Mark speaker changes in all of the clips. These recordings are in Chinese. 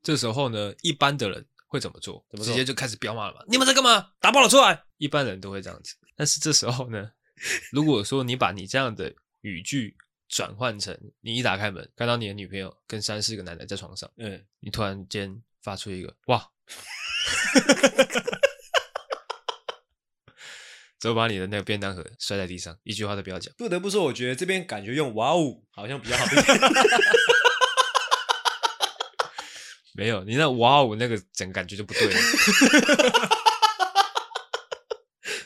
Speaker 1: 这时候呢，一般的人会怎么做？
Speaker 2: 怎么做
Speaker 1: 直接就开始彪骂了嘛！你们在干嘛？打爆了出来！一般人都会这样子。但是这时候呢，如果说你把你这样的语句转换成你一打开门看到你的女朋友跟三四个男的在床上，
Speaker 2: 嗯，
Speaker 1: 你突然间发出一个“ 哇”，就把你的那个便当盒摔在地上，一句话都不要讲。
Speaker 2: 不得不说，我觉得这边感觉用哇哦好像比较好 一点。
Speaker 1: 没有，你那哇哦那个整个感觉就不对了。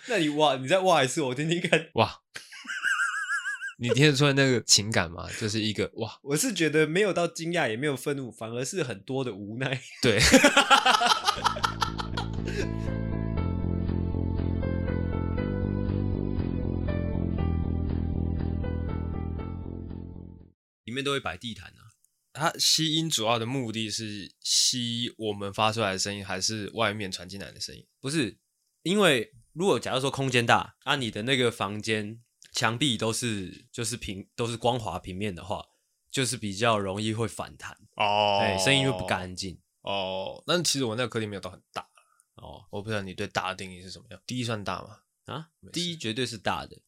Speaker 2: 那你哇，你再哇一次，我听听看。
Speaker 1: 哇，你听得出来那个情感吗？就是一个哇，
Speaker 2: 我是觉得没有到惊讶，也没有愤怒，反而是很多的无奈。
Speaker 1: 对。
Speaker 2: 里面都会摆地毯啊，
Speaker 1: 它吸音主要的目的是吸我们发出来的声音，还是外面传进来的声音？
Speaker 2: 不是？因为如果假如说空间大，啊，你的那个房间墙壁都是就是平都是光滑平面的话，就是比较容易会反弹，
Speaker 1: 哦
Speaker 2: 哎、声音会不干净。
Speaker 1: 哦。那其实我那个客厅没有到很大，
Speaker 2: 哦，
Speaker 1: 我不知道你对大的定义是什么样。第一算大吗
Speaker 2: 啊
Speaker 1: 没，事
Speaker 2: 第一绝对是大的，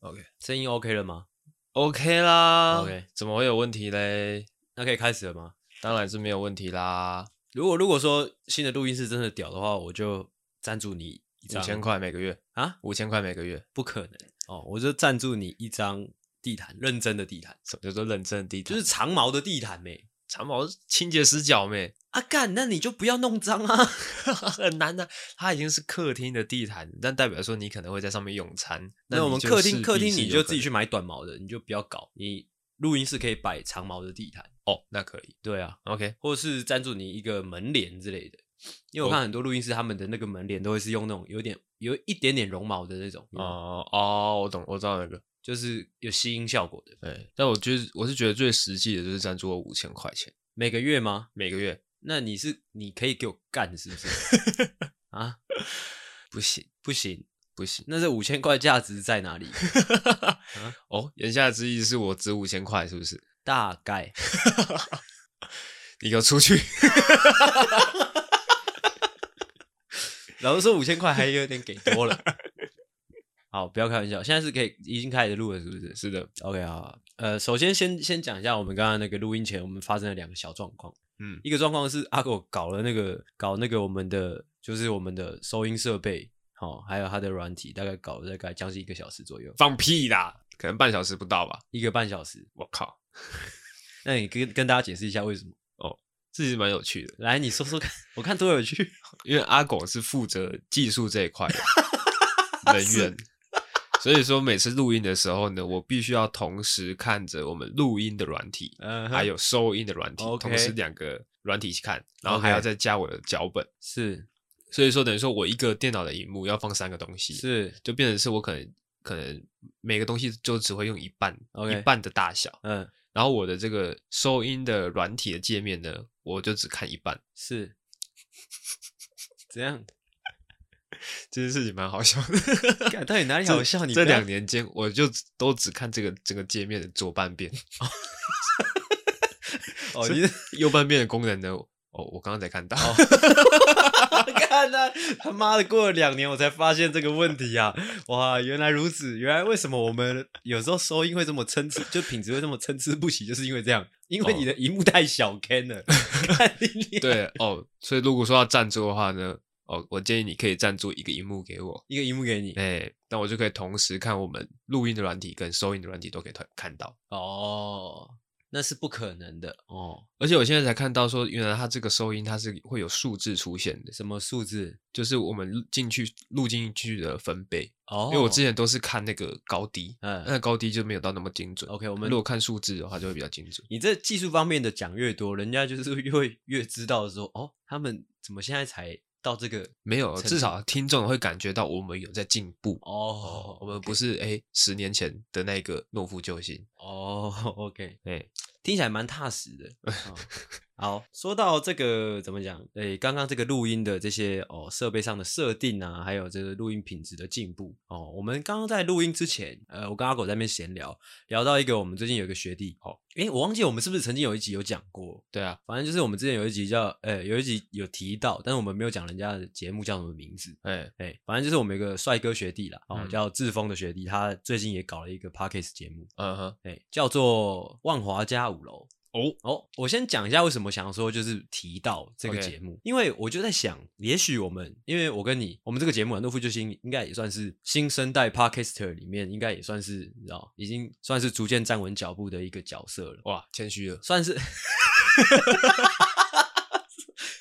Speaker 1: ？OK
Speaker 2: 声音 OK 了吗？
Speaker 1: OK 啦
Speaker 2: OK
Speaker 1: 怎么会有问题嘞？
Speaker 2: 那可以开始了吗？
Speaker 1: 当然是没有问题啦，
Speaker 2: 如果如果说新的录音室真的屌的话，我就赞助你一
Speaker 1: 五
Speaker 2: 张
Speaker 1: 千块每个月
Speaker 2: 啊，
Speaker 1: 五千块每个月，
Speaker 2: 不可能哦，我就赞助你一张地毯，认真的地毯，
Speaker 1: 什么叫做认真的地毯？
Speaker 2: 就是长毛的地毯呗。
Speaker 1: 长毛清洁死角没？
Speaker 2: 啊干，那你就不要弄脏 啊！
Speaker 1: 很难的、它已经是客厅的地毯，但代表说你可能会在上面用餐。
Speaker 2: 那我们
Speaker 1: 你就
Speaker 2: 客
Speaker 1: 势
Speaker 2: 厅
Speaker 1: 必
Speaker 2: 客厅
Speaker 1: 是
Speaker 2: 你
Speaker 1: 有
Speaker 2: 就
Speaker 1: 可
Speaker 2: 自己
Speaker 1: 能
Speaker 2: 去买短毛的，你就不要搞。你录音室可以摆长毛的地毯，
Speaker 1: 哦，那可以
Speaker 2: 对啊，
Speaker 1: ，OK，
Speaker 2: 或是赞助你一个门帘之类的。因
Speaker 1: 哦
Speaker 2: 为我看很多录音室他们的那个门帘都会是用那种有点有一点点绒毛的那种，哦，
Speaker 1: 哦哦，我懂，我知道那个，
Speaker 2: 就是有吸音效果的。
Speaker 1: 对，但我觉得我是觉得最实际的就是赞助我五千块钱
Speaker 2: 每个月吗？
Speaker 1: 每个月，
Speaker 2: 那你是你可以给我干是不是？啊，
Speaker 1: 不行
Speaker 2: 不行，
Speaker 1: 不行，
Speaker 2: 那这五千块价值在哪里？
Speaker 1: 哦，言下之意是我值五千块是不是？
Speaker 2: 大概
Speaker 1: 你给我出去，
Speaker 2: 老实说，五千块还有点给多了。好，不要开玩笑，现在是可以已经开始录了，是不是
Speaker 1: 是的，
Speaker 2: ？OK 啊，呃，首先先先讲一下我们刚刚那个录音前我们发生了两个小状况，
Speaker 1: 嗯，
Speaker 2: 一个状况是阿狗搞了那个搞那个我们的就是我们的收音设备，好、还有它的软体，大概搞了大概将近一个小时左右，
Speaker 1: 放屁啦，可能半小时不到吧，
Speaker 2: 一个半小时。
Speaker 1: 我靠，
Speaker 2: 那你跟跟大家解释一下为什么？
Speaker 1: 这其实蛮有趣的，
Speaker 2: 来，你说说看，我看多有趣。
Speaker 1: 因为阿狗是负责技术这一块的 人
Speaker 2: 是
Speaker 1: 员，所以说每次录音的时候呢，我必须要同时看着我们录音的软体，
Speaker 2: 嗯
Speaker 1: 还有收音的软体，
Speaker 2: OK
Speaker 1: 同时两个软体去看，然后还
Speaker 2: OK
Speaker 1: 要再加我的脚本。
Speaker 2: 是
Speaker 1: 所以说，等于说我一个电脑的荧幕要放三个东西，
Speaker 2: 是，
Speaker 1: 就变成是我可能可能每个东西就只会用一半
Speaker 2: OK
Speaker 1: 一半的大小。
Speaker 2: 嗯
Speaker 1: 然后我的这个收音的软体的界面呢，我就只看一半。
Speaker 2: 是，怎样？
Speaker 1: 这件事情蛮好笑的。
Speaker 2: 干到底哪里
Speaker 1: 这
Speaker 2: 好笑？ 你
Speaker 1: 这
Speaker 2: 不要
Speaker 1: 两年间，我就只都只看这个整个界面的左半边，
Speaker 2: 哦，
Speaker 1: 是
Speaker 2: 你是
Speaker 1: 右半边的功能呢？哦，我刚刚才看到，
Speaker 2: 看他啊他妈的过了两年我才发现这个问题啊！哇，原来如此，原来为什么我们有时候收音会这么参差，就品质会这么参差不齐，就是因为这样，因为
Speaker 1: 哦
Speaker 2: 你的荧幕太小 can 了，看你脸
Speaker 1: 对哦，所以如果说要赞助的话呢，哦，我建议你可以赞助一个荧幕给我，
Speaker 2: 一个荧幕给你
Speaker 1: 哎，那我就可以同时看我们录音的软体跟收音的软体都可以看看到。
Speaker 2: 哦，那是不可能的哦。
Speaker 1: 而且我现在才看到说，原来它这个收音它是会有数字出现的，
Speaker 2: 什么数字？
Speaker 1: 就是我们录进去录进去的分贝，
Speaker 2: 哦，
Speaker 1: 因为我之前都是看那个高低，
Speaker 2: 嗯
Speaker 1: 那高低就没有到那么精准。
Speaker 2: OK，我
Speaker 1: 我
Speaker 2: 们
Speaker 1: 们如果看数字的话，就会比较精准。
Speaker 2: 你这技术方面的讲越多，人家就是越会 越知道说，哦，他们怎么现在才到这个
Speaker 1: 没有，
Speaker 2: 成
Speaker 1: 至少听众会感觉到我们有在进步。
Speaker 2: 哦
Speaker 1: 我们不是哎，十年前的那个诺夫救星，
Speaker 2: 哦，OK，
Speaker 1: 哎，
Speaker 2: 听起来蛮踏实的。哦好，说到这个怎么讲？诶，刚刚这个录音的这些哦设备上的设定啊，还有这个录音品质的进步哦，我们刚刚在录音之前，呃，我跟阿狗在那边闲聊，聊到一个我们最近有一个学弟，哦，诶，我忘记我们是不是曾经有一集有讲过，
Speaker 1: 对啊，
Speaker 2: 反正就是我们之前有一集叫，呃，有一集有提到，但是我们没有讲人家的节目叫什么名字，
Speaker 1: 哎，
Speaker 2: 哎、反正就是我们有一个帅哥学弟啦，哦，
Speaker 1: 嗯
Speaker 2: 叫志峰的学弟，他最近也搞了一个 podcast 节目，
Speaker 1: 嗯哼，
Speaker 2: 哎、叫做《万华家五楼》。
Speaker 1: 哦，
Speaker 2: 哦，我先讲一下为什么想要说就是提到这个
Speaker 1: OK
Speaker 2: 节目因为我就在想，也许我们因为我跟你，我们这个节目啊《诺夫救星》应该也算是新生代 podcaster 里面应该也算是你知道，已经算是逐渐站稳脚步的一个角色了，
Speaker 1: 哇，谦虚了，
Speaker 2: 算是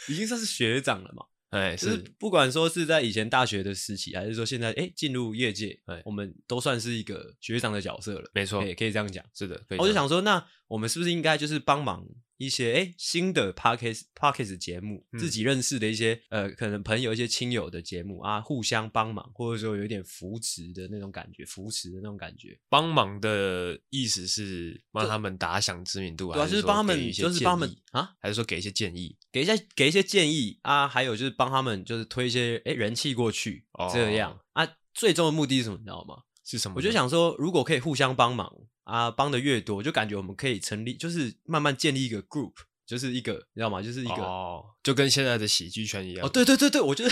Speaker 2: 已经算是学长了嘛。
Speaker 1: 哎，
Speaker 2: 就是
Speaker 1: 是，
Speaker 2: 不管说是在以前大学的时期，还是说现在哎进入业界
Speaker 1: 哎，
Speaker 2: 我们都算是一个学长的角色了，
Speaker 1: 没错，
Speaker 2: 哎，可以这样讲。
Speaker 1: 是的，可以
Speaker 2: 我就
Speaker 1: 这样，
Speaker 2: 想说，那我们是不是应该就是帮忙一些哎新的 podcast podcast 节目，
Speaker 1: 嗯
Speaker 2: 自己认识的一些呃可能朋友、一些亲友的节目啊，互相帮忙，或者说有一点扶持的那种感觉，扶持的那种感觉，
Speaker 1: 帮忙的意思是帮他们打响知名度，
Speaker 2: 对啊，
Speaker 1: 还
Speaker 2: 就是
Speaker 1: 说
Speaker 2: 帮他
Speaker 1: 给
Speaker 2: 们，
Speaker 1: 一些
Speaker 2: 就是
Speaker 1: 建
Speaker 2: 帮他们
Speaker 1: 议，
Speaker 2: 啊，
Speaker 1: 还是说给一些建议？
Speaker 2: 给一些给一些建议啊，还有就是帮他们就是推一些哎人气过去，
Speaker 1: 哦
Speaker 2: 这样啊，最终的目的是什么，你知道吗？
Speaker 1: 是什么呢？
Speaker 2: 我就想说，如果可以互相帮忙啊，帮的越多，就感觉我们可以成立，就是慢慢建立一个 group，就是一个，你知道吗？就是一个哦
Speaker 1: 哦，就跟现在的喜剧圈一样，
Speaker 2: 对对对对，我觉得，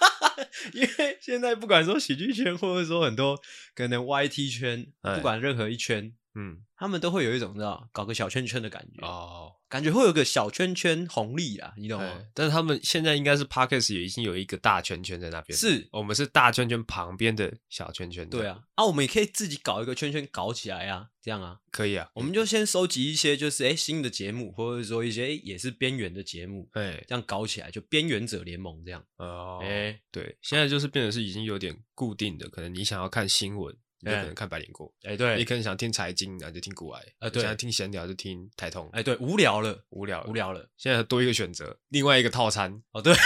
Speaker 2: 因为现在不管说喜剧圈，或者说很多可能 YT 圈，
Speaker 1: 哎
Speaker 2: 不管任何一圈，
Speaker 1: 嗯，
Speaker 2: 他们都会有一种你知道搞个小圈圈的感觉，
Speaker 1: 哦，
Speaker 2: 感觉会有个小圈圈红利啊，你懂吗？
Speaker 1: 哎但是他们现在应该是 Parkes 也已经有一个大圈圈在那边，
Speaker 2: 是
Speaker 1: 我们是大圈圈旁边的小圈圈，
Speaker 2: 对，啊，啊，我们也可以自己搞一个圈圈搞起来啊，这样啊，
Speaker 1: 可以啊，
Speaker 2: 我们就先收集一些就是哎、诶新的节目，或者说一些、诶也是边缘的节目，
Speaker 1: 哎，
Speaker 2: 这样搞起来就边缘者联盟这样。
Speaker 1: 哦，
Speaker 2: 诶
Speaker 1: 对，现在就是变得是已经有点固定的，可能你想要看新闻，你就可
Speaker 2: 哎
Speaker 1: 能看白领锅；
Speaker 2: 哎、对
Speaker 1: 你
Speaker 2: 哎、
Speaker 1: 可能想听财经，那就听古癌；
Speaker 2: 啊对
Speaker 1: 想听闲聊就听台通。
Speaker 2: 哎对，无聊了，
Speaker 1: 无聊了
Speaker 2: 无。聊了。
Speaker 1: 现在多一个选择，另外一个套餐。。
Speaker 2: 哦，对，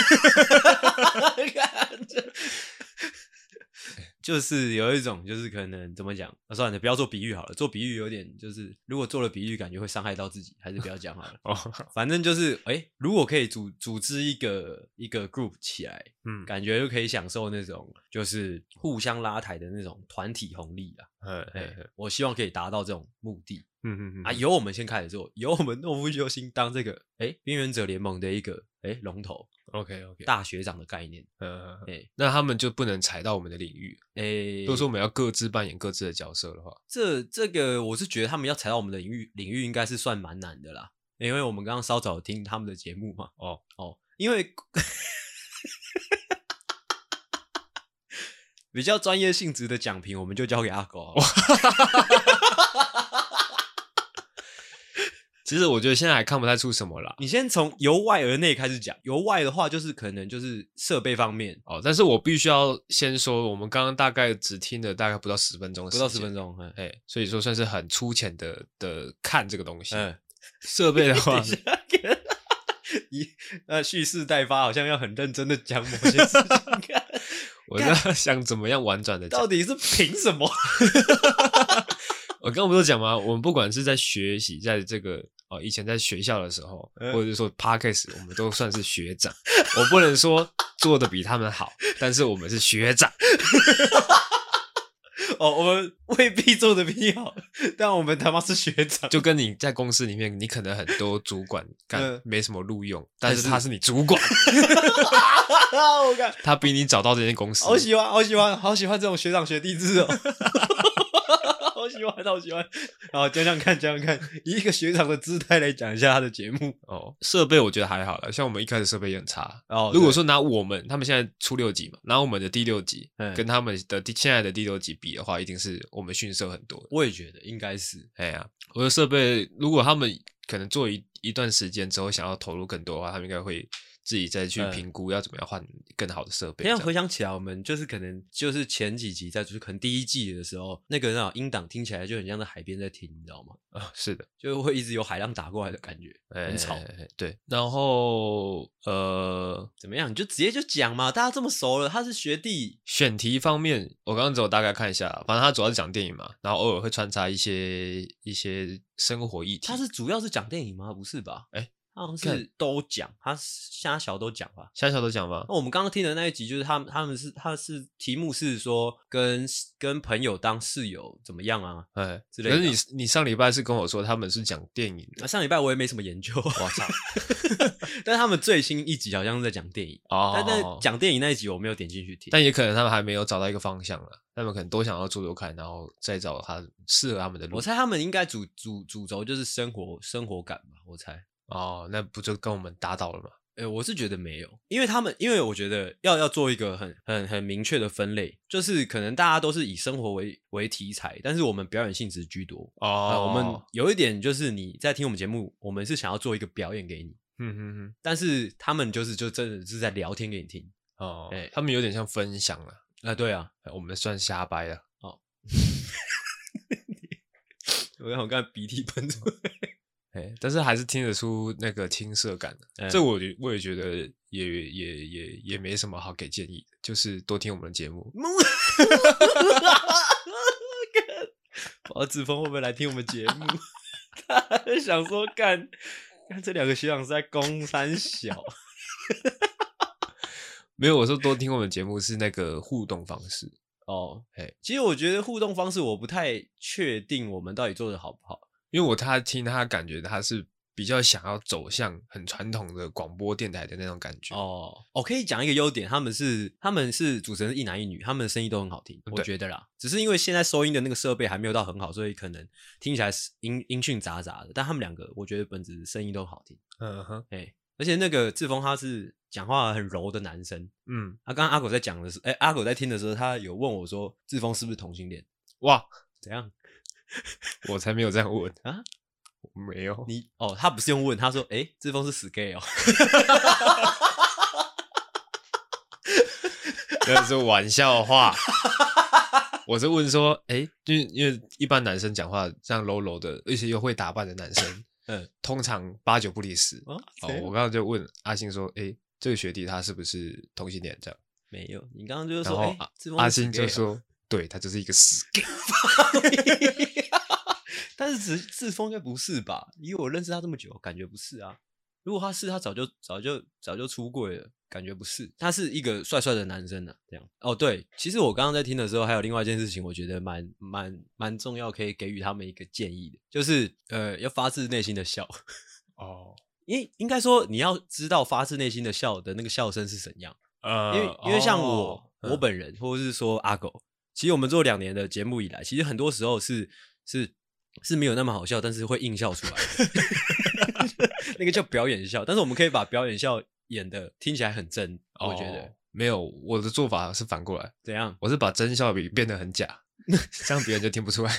Speaker 2: 就是有一种，就是可能怎么讲？啊、算了，不要做比喻好了，做比喻有点就是，如果做了比喻，感觉会伤害到自己，还是不要讲好了
Speaker 1: 哦，
Speaker 2: 反正就是，哎、如果可以组组织一个一个 group 起来，
Speaker 1: 嗯，
Speaker 2: 感觉就可以享受那种就是互相拉抬的那种团体红利啊。
Speaker 1: 哎
Speaker 2: 哎、
Speaker 1: 哎，
Speaker 2: 我希望可以达到这种目的
Speaker 1: 嗯嗯嗯
Speaker 2: 啊，，由我们先开始做，由我们诺夫救星当这个哎、边缘者联盟的一个哎龙、头
Speaker 1: OK OK，
Speaker 2: 大学长的概念。
Speaker 1: 嗯，嗯嗯
Speaker 2: 哎、
Speaker 1: 那他们就不能踩到我们的领域。
Speaker 2: 哎、
Speaker 1: 如果说我们要各自扮演各自的角色的话，
Speaker 2: 这这个，我是觉得他们要踩到我们的领域领域，应该是算蛮难的啦。因为我们刚刚稍早有听他们的节目嘛，
Speaker 1: 哦
Speaker 2: 哦，因为 比较专业性质的讲评，我们就交给阿狗好了。
Speaker 1: 其实我觉得现在还看不太出什么啦。
Speaker 2: 你先从由外而内开始讲，由外的话就是可能就是设备方面，
Speaker 1: 哦，但是我必须要先说，我们刚刚大概只听了大概不到十分钟，
Speaker 2: 不到十分，钟，嗯，
Speaker 1: 哎，所以说算是很粗浅的的看这个东西。
Speaker 2: 嗯，
Speaker 1: 设备的话
Speaker 2: 等一，下， 一呃蓄势待发，好像要很认真的讲某些事情， 看
Speaker 1: 我在想怎么样婉转的讲
Speaker 2: 到。底是凭什么？
Speaker 1: 我刚刚不是讲吗？我们不管是在学习，在这个哦，以前在学校的时候，
Speaker 2: 嗯
Speaker 1: 或者是说 podcast，我们都算是学长。我不能说做的比他们好，但是我们是学长。
Speaker 2: 哦，我们未必做的比你好，但我们他妈是学长，
Speaker 1: 就跟你在公司里面，你可能很多主管干
Speaker 2: 嗯
Speaker 1: 没什么录用，但是
Speaker 2: 但是
Speaker 1: 他是你主管，
Speaker 2: 我看
Speaker 1: 他比你早到这间公司。
Speaker 2: 好喜欢，好喜欢，好喜欢这种学长学弟制哦。 好喜欢，好喜欢！好，讲讲看，讲讲看，以一个学长的姿态来讲一下他的节目
Speaker 1: 哦，设备我觉得还好了，像我们一开始设备也很差。
Speaker 2: 哦
Speaker 1: 如果说拿我们他们现在出六集嘛，拿我们的第六集
Speaker 2: 嗯
Speaker 1: 跟他们的第现在的第六集比的话，一定是我们逊色很多的。
Speaker 2: 我也觉得应该是，
Speaker 1: 哎呀，我的设备，如果他们可能做一一段时间之后想要投入更多的话，他们应该会自己再去
Speaker 2: 嗯
Speaker 1: 评估要怎么样换更好的设备。
Speaker 2: 现在
Speaker 1: 这样
Speaker 2: 回想起来，我们就是可能就是前几集在，就是可能第一季的时候，那个那种音档听起来就很像在海边在听，你知道吗？
Speaker 1: 啊，是的，
Speaker 2: 就会一直有海浪打过来的感觉，很吵。
Speaker 1: 哎哎哎对，然后呃，
Speaker 2: 怎么样？你就直接就讲嘛，大家这么熟了，他是学弟，
Speaker 1: 选题方面，我刚刚只有大概看一下，反正他主要是讲电影嘛，然后偶尔会穿插一些一些生活议题。
Speaker 2: 他是主要是讲电影吗？不是吧？
Speaker 1: 哎
Speaker 2: 他好像
Speaker 1: 看
Speaker 2: 是都讲，他虾小都讲吧。
Speaker 1: 现在小都讲吗
Speaker 2: 那？我们刚刚听的那一集，就是他们他们是他是题目是说跟跟朋友当室友怎么样啊？
Speaker 1: 哎，
Speaker 2: 之
Speaker 1: 可
Speaker 2: 类
Speaker 1: 是
Speaker 2: 的
Speaker 1: 你你上礼拜是跟我说他们是讲电影的
Speaker 2: 啊，上礼拜我也没什么研究，我 操！但是他们最新一集好像是在讲电影，
Speaker 1: 哦
Speaker 2: 但在讲电影那一集我没有点进去听。
Speaker 1: 但也可能他们还没有找到一个方向了，他们可能都想要做做看，然后再找他适合他们的路
Speaker 2: 我。猜他们应该主主主轴就是生活生活感吧，我猜。
Speaker 1: 哦，那不就跟我们搭到了吗？
Speaker 2: 呃，我是觉得没有，因为他们，因为我觉得要要做一个很很很明确的分类，就是可能大家都是以生活为为题材，但是我们表演性质居多。啊、
Speaker 1: 哦，
Speaker 2: 我们有一点就是你在听我们节目，我们是想要做一个表演给你，
Speaker 1: 嗯哼哼，
Speaker 2: 但是他们就是就真的是在聊天给你听。
Speaker 1: 哦，
Speaker 2: 哎
Speaker 1: 他们有点像分享了，
Speaker 2: 啊、对啊，
Speaker 1: 我们算瞎掰了。
Speaker 2: 我我刚才鼻涕喷出来。
Speaker 1: 哎，但是还是听得出那个青涩感啊的，
Speaker 2: 哎
Speaker 1: 这我觉我也觉得也也也也没什么好给建议的，就是多听我们的节目。
Speaker 2: 不知道志峰会不会来听我们节目？ 他想说干，看这两个学长是在攻三小。
Speaker 1: 没有，我说多听我们节目是那个互动方式。
Speaker 2: 哦，
Speaker 1: 嘿
Speaker 2: 嘿，其实我觉得互动方式我不太确定我们到底做的好不好。
Speaker 1: 因为我他听他感觉他是比较想要走向很传统的广播电台的那种感觉。
Speaker 2: 哦，我可以讲一个优点，他们是他们是主持人是一男一女，他们的声音都很好听，
Speaker 1: 嗯
Speaker 2: 我
Speaker 1: 对
Speaker 2: 觉得啦。只是因为现在收音的那个设备还没有到很好，所以可能听起来是音音讯杂杂的。但他们两个，我觉得本质声音都好听。
Speaker 1: 嗯哼，
Speaker 2: 哎，而且那个志峰他是讲话很柔的男生。
Speaker 1: 嗯，
Speaker 2: 啊，刚刚阿狗在讲的时候，哎、阿狗在听的时候，他有问我说，志峰是不是同性恋？
Speaker 1: 哇，
Speaker 2: 怎样？
Speaker 1: 我才没有这样问
Speaker 2: 啊，
Speaker 1: 我没有，
Speaker 2: 你哦，他不是用问，他说，哎、志峰是死 gay 哦。
Speaker 1: 那是玩笑话。 我是问说，诶，因为因为一般男生讲话这样 low low 的，而且又会打扮的男生，
Speaker 2: 嗯，
Speaker 1: 通常八九不离十。
Speaker 2: 哦，
Speaker 1: 哦，我刚刚就问阿信说，诶，这个学弟他是不是同性恋？这样，
Speaker 2: 没有，你刚刚就是
Speaker 1: 然
Speaker 2: 说，
Speaker 1: 后
Speaker 2: 哎、
Speaker 1: 阿
Speaker 2: 志峰
Speaker 1: 阿
Speaker 2: 是死
Speaker 1: 信就
Speaker 2: gay 哦，
Speaker 1: 说，对他就是一个死 gay。
Speaker 2: 但是志志峰应该不是吧？以我认识他这么久，感觉不是啊。如果他是，他早就早就早就出柜了，感觉不是。他是一个帅帅的男生呢、啊，这样。哦，对，其实我刚刚在听的时候，还有另外一件事情，我觉得蛮蛮蛮重要，可以给予他们一个建议的，就是呃，要发自内心的笑。
Speaker 1: 哦，
Speaker 2: 应应该说，你要知道发自内心的笑的那个笑声是怎样。
Speaker 1: 呃
Speaker 2: 因为因为像我、
Speaker 1: 哦
Speaker 2: 我本人，或者是说阿狗，其实我们做两年的节目以来，其实很多时候是是是没有那么好笑，但是会硬笑出来 的， 那个叫表演笑。但是我们可以把表演笑演的听起来很真，我觉得
Speaker 1: 哦没有，我的做法是反过来，？
Speaker 2: 怎样
Speaker 1: 我是把真笑比变得很 假，这样别人就听不出来。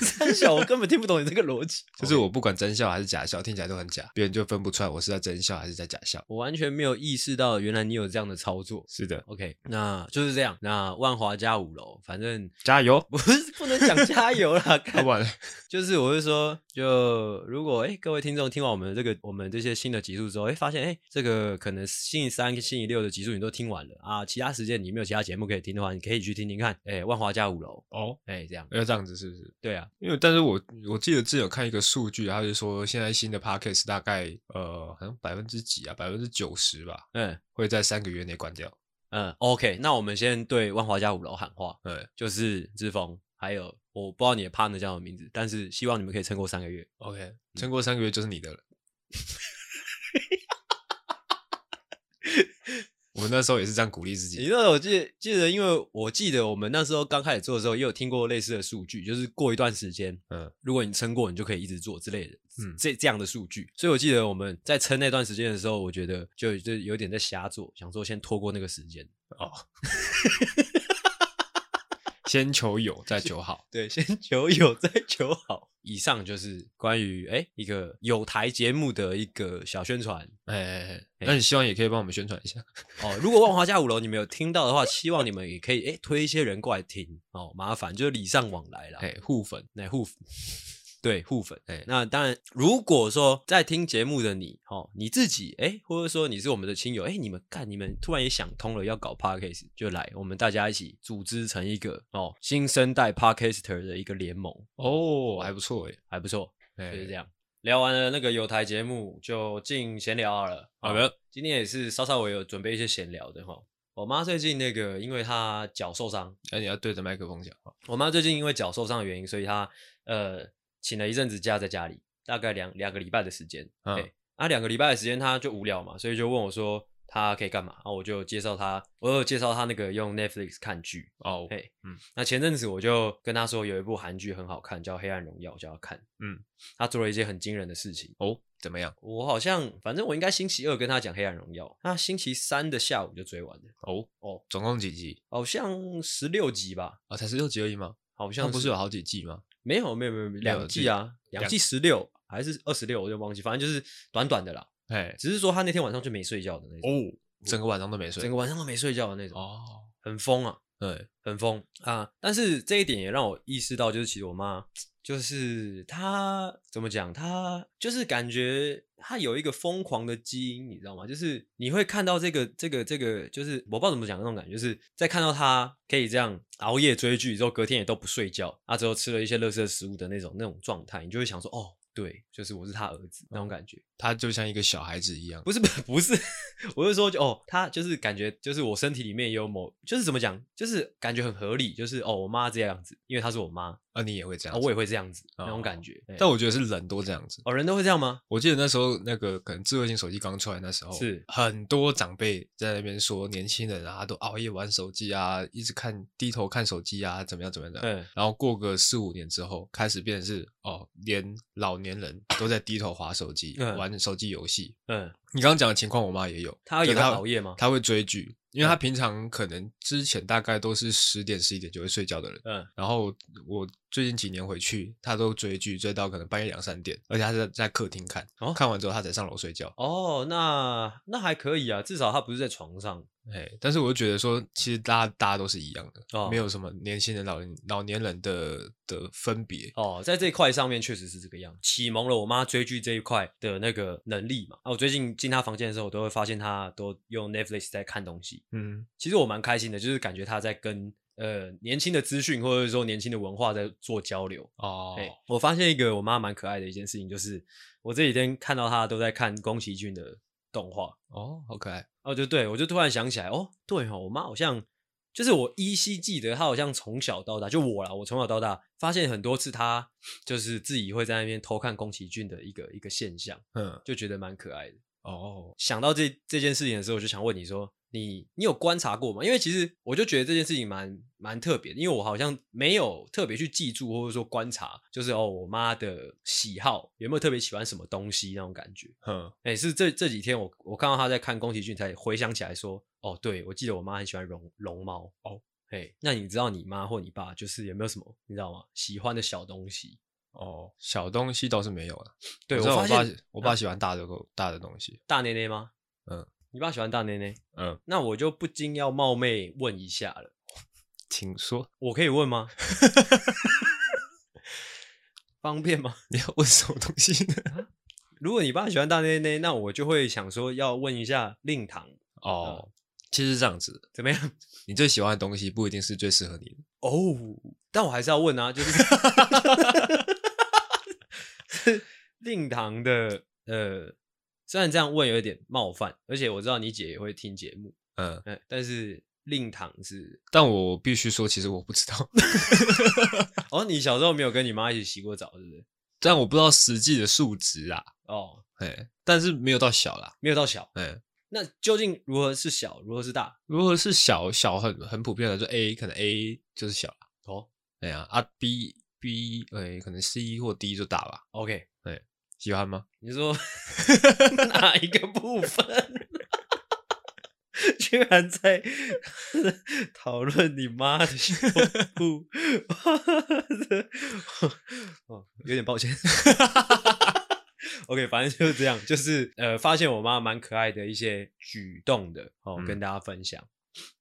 Speaker 2: 三小我根本听不懂你这个逻辑，
Speaker 1: 就是我不管真笑还是假笑，听起来都很假，别人就分不出来我是在真笑还是在假笑。
Speaker 2: 我完全没有意识到原来你有这样的操作。
Speaker 1: 是的，
Speaker 2: OK，那就是这样。那万华加五楼，反正！
Speaker 1: 加油
Speaker 2: 不是不能 讲加油啦，
Speaker 1: 要
Speaker 2: 干
Speaker 1: 不然，
Speaker 2: 就是我是说，就如果哎、诶各位听众听完我们这个我们这些新的集数之后，哎、发现哎、诶这个可能星期三、星期六的集数你都听完了啊，其他时间你没有其他节目可以听的话，你可以去听听看。哎、万华加五楼，
Speaker 1: 哦，
Speaker 2: 哎、这样，
Speaker 1: 要这样子是不是？
Speaker 2: 对啊，
Speaker 1: 因为，但是我我记得之前有看一个数据，他就说现在新的 podcast 大概呃，好像百分之几啊，百分之九十吧，
Speaker 2: 嗯
Speaker 1: 会在三个月内关掉。
Speaker 2: 嗯，OK，那我们先对万华加五楼喊话，
Speaker 1: 对，
Speaker 2: 就是志峰，还有我不知道你的 partner 叫什么名字，但是希望你们可以撑过三个月。
Speaker 1: OK，撑嗯过三个月就是你的了。我们那时候也是这样鼓励自
Speaker 2: 你
Speaker 1: 己。
Speaker 2: 那时候我记得记得，因为我记得我们那时候刚开始做的时候，也有听过类似的数据，就是过一段时间，
Speaker 1: 嗯，
Speaker 2: 如果你撑过，你就可以一直做之类的，
Speaker 1: 嗯
Speaker 2: 嗯，这这样的数据。所以我记得我们在撑那段时间的时候，我觉得就就有点在瞎做，想说先拖过那个时间。
Speaker 1: 哦，先求有，再求 好。
Speaker 2: 对，先 求有，再求好。以上就是关于哎一个有台节目的一个小宣传
Speaker 1: 哎哎哎，那你希望也可以帮我们宣传一下。
Speaker 2: 哦。如果万华家五楼你们有听到的话，希望你们也可以哎推一些人过来听哦，麻烦就是礼尚往来啦。
Speaker 1: 哎，互粉，
Speaker 2: 那互 对互粉。
Speaker 1: 哎，
Speaker 2: 那当然，如果说在听节目的你，哦，你自己，哎，或者说你是我们的亲友，哎，你们干，你们突然也想通了要搞 podcast，就来，我们大家一起组织成一个哦新生代 podcaster 的一个联盟，
Speaker 1: 哦，还不错哎。
Speaker 2: 还不错，
Speaker 1: 哎
Speaker 2: 就是这样。聊完了那个有台节目，就进闲聊好了。
Speaker 1: 好的，
Speaker 2: 今天也是稍稍我有准备一些闲聊的哈。我妈最近那个，因为她脚受伤，
Speaker 1: 那哎你要对着麦克风讲话。
Speaker 2: 我妈最近因为脚受伤的原因，所以她呃请了一阵子假在家里，大概两两个礼拜的时间。
Speaker 1: 嗯
Speaker 2: 对啊，两个礼拜的时间她就无聊嘛，所以就问我说她可以干嘛，啊，我就介绍她，我有介绍她那个用 Netflix 看剧。
Speaker 1: 哦，
Speaker 2: 嘿，
Speaker 1: 嗯
Speaker 2: 嗯，那前阵子我就跟她说有一部韩剧很好看，叫《黑暗荣耀》，叫她看。
Speaker 1: 嗯，
Speaker 2: 她做了一件很惊人的事情。
Speaker 1: 哦，怎么样？
Speaker 2: 我好像，反正我应该星期二跟她讲《黑暗荣耀》，那星期三的下午就追完了，
Speaker 1: 哦
Speaker 2: 哦，
Speaker 1: 总共几集？
Speaker 2: 好像十六集吧，
Speaker 1: 啊，才十六集而已吗？
Speaker 2: 好
Speaker 1: 它
Speaker 2: 像
Speaker 1: 哦不是有好几季吗？
Speaker 2: 没有没有没有没有两季啊，
Speaker 1: 两
Speaker 2: 两季十六还是二十六，我有点忘记，反正就是短短的啦。
Speaker 1: 哎，
Speaker 2: 只是说他那天晚上就没睡觉的那种，
Speaker 1: 哦，整个晚上都没睡
Speaker 2: 整。个晚上都没睡觉的那种，
Speaker 1: 哦，
Speaker 2: 很疯啊，
Speaker 1: 对，
Speaker 2: 很疯啊！但是这一点也让我意识到，就是其实我妈就是她怎么讲，她就是感觉她有一个疯狂的基因，你知道吗？就是你会看到这个这个这个，就是我不知道怎么讲那种感觉，就是在看到她可以这样熬夜追剧之后，隔天也都不睡觉，啊，之后吃了一些垃圾食物的那种那种状态，你就会想说，哦。对，就是我是她儿子那种感觉，
Speaker 1: 他就像一个小孩子一样。
Speaker 2: 不是 不是不是，我是说就哦，他就是感觉就是我身体里面也有某就是怎么讲，就是感觉很合理，就是哦，我妈这样子，因为她是我妈，
Speaker 1: 啊，你也会这
Speaker 2: 啊
Speaker 1: 样，
Speaker 2: 我也。会这样子、
Speaker 1: 哦
Speaker 2: 那种感觉。
Speaker 1: 但
Speaker 2: 但
Speaker 1: 我觉得是人都这样子。
Speaker 2: 哦，人都会这样吗？
Speaker 1: 我记得那时候那个可能智慧型手机刚出来那时候，
Speaker 2: 是
Speaker 1: 很多长辈在那边说年轻人啊都熬夜玩手机啊，一直看低头看手机啊，怎么样怎么样的。
Speaker 2: 嗯，
Speaker 1: 然后过个四五年之后，开始变成是哦，连老年人都在低头划手机、
Speaker 2: 嗯
Speaker 1: 玩手机游戏。
Speaker 2: 嗯，
Speaker 1: 你刚刚讲的情况，我妈也有，
Speaker 2: 她
Speaker 1: 就
Speaker 2: 也
Speaker 1: 是
Speaker 2: 会熬夜吗？嗯
Speaker 1: 她会追剧，因为她平常可能之前大概都是十点十一点就会睡觉的人，
Speaker 2: 嗯，
Speaker 1: 然后我最近几年回去，她都追剧追到可能半夜两三点，而且她是在在客厅看，
Speaker 2: 哦
Speaker 1: 看完之后她才上楼睡觉。
Speaker 2: 哦，那那还可以啊，至少她不是在床上。
Speaker 1: 哎，但是我就觉得说，其实大家大家都是一样的，
Speaker 2: 哦
Speaker 1: 没有什么年轻人、老人、老年人的的分别。
Speaker 2: 哦，在这一块上面确实是这个样，启蒙了我妈追剧这一块的那个能力嘛。啊，我最近进她房间的时候，我都会发现她都用 Netflix 在看东西。
Speaker 1: 嗯，
Speaker 2: 其实我蛮开心的，就是感觉他在跟呃年轻的资讯或者说年轻的文化在做交流。
Speaker 1: 哦
Speaker 2: 哎、我发现一个我妈蛮可爱的一件事情，就是我这几天看到她都在看宫崎骏的动画，
Speaker 1: 哦，好可爱。
Speaker 2: 哦，就对我就突然想起来，哦，对哦，我妈好像就是我依稀记得，她好像从小到大就我啦，我从小到大发现很多次她就是自己会在那边偷看宫崎骏的一个一个现象，
Speaker 1: 嗯，
Speaker 2: 就觉得蛮可爱的。
Speaker 1: 哦，
Speaker 2: 想到这这件事情的时候，我就想问你说，你你有观察过吗？因为其实我就觉得这件事情蛮蛮特别的，因为我好像没有特别去记住或者说观察，就是哦，我妈的喜好有没有特别喜欢什么东西那种感觉。
Speaker 1: 嗯，
Speaker 2: 哎，是这这几天我我看到她在看宫崎骏，才回想起来说，哦，对，我记得我妈很喜欢龙龙猫
Speaker 1: 哦。
Speaker 2: 哎，那你知道你妈或你爸就是有没有什么你知道吗？喜欢的小东西？
Speaker 1: 哦，小东西倒是没有了。
Speaker 2: 对
Speaker 1: 我
Speaker 2: 我
Speaker 1: 知道
Speaker 2: 发
Speaker 1: 我爸
Speaker 2: 现
Speaker 1: 喜我爸喜欢大的狗大的东西。
Speaker 2: 大内内吗？
Speaker 1: 嗯，
Speaker 2: 你爸喜欢大内内，
Speaker 1: 嗯，
Speaker 2: 那我就不禁要冒昧问一下了。
Speaker 1: 请说，
Speaker 2: 我可以 问吗？方便吗？
Speaker 1: 你要问什么东西呢？
Speaker 2: 嗯如果你爸喜欢大内内，那我就会想说要问一下令堂
Speaker 1: 哦，其实是这样子的，
Speaker 2: 怎么样？
Speaker 1: 你最喜欢的东西不一定是最适合你的。
Speaker 2: 哦，但我还是要问啊，就是 是令堂的呃，虽然这样问有一点冒犯，而且我知道你姐也会听节目，
Speaker 1: 嗯，
Speaker 2: 嗯、但是令堂是
Speaker 1: 但我必须说，其实我不知道，
Speaker 2: 哦，你小时候没有跟你妈一起洗过澡，是不是？
Speaker 1: 但我不知道实际的数值啊，
Speaker 2: 哦，
Speaker 1: 哎，但是没有到小啦，
Speaker 2: 没有到小，
Speaker 1: 哎。
Speaker 2: 那究竟如何是小，如何是大？
Speaker 1: 如果是小小很很普遍的，就 A 可能 A 就是小啦，
Speaker 2: 哦
Speaker 1: 哎呀啊 B B 哎可能 C 或 D 就大吧，
Speaker 2: ，OK，
Speaker 1: 喜欢吗？
Speaker 2: 你说哪一个部分？ 居然在讨论你妈的胸部， 哦，有点抱歉。OK，反正就是这样，就是呃，发现我妈蛮可爱的一些举动的哦，
Speaker 1: 嗯
Speaker 2: 跟大家分享。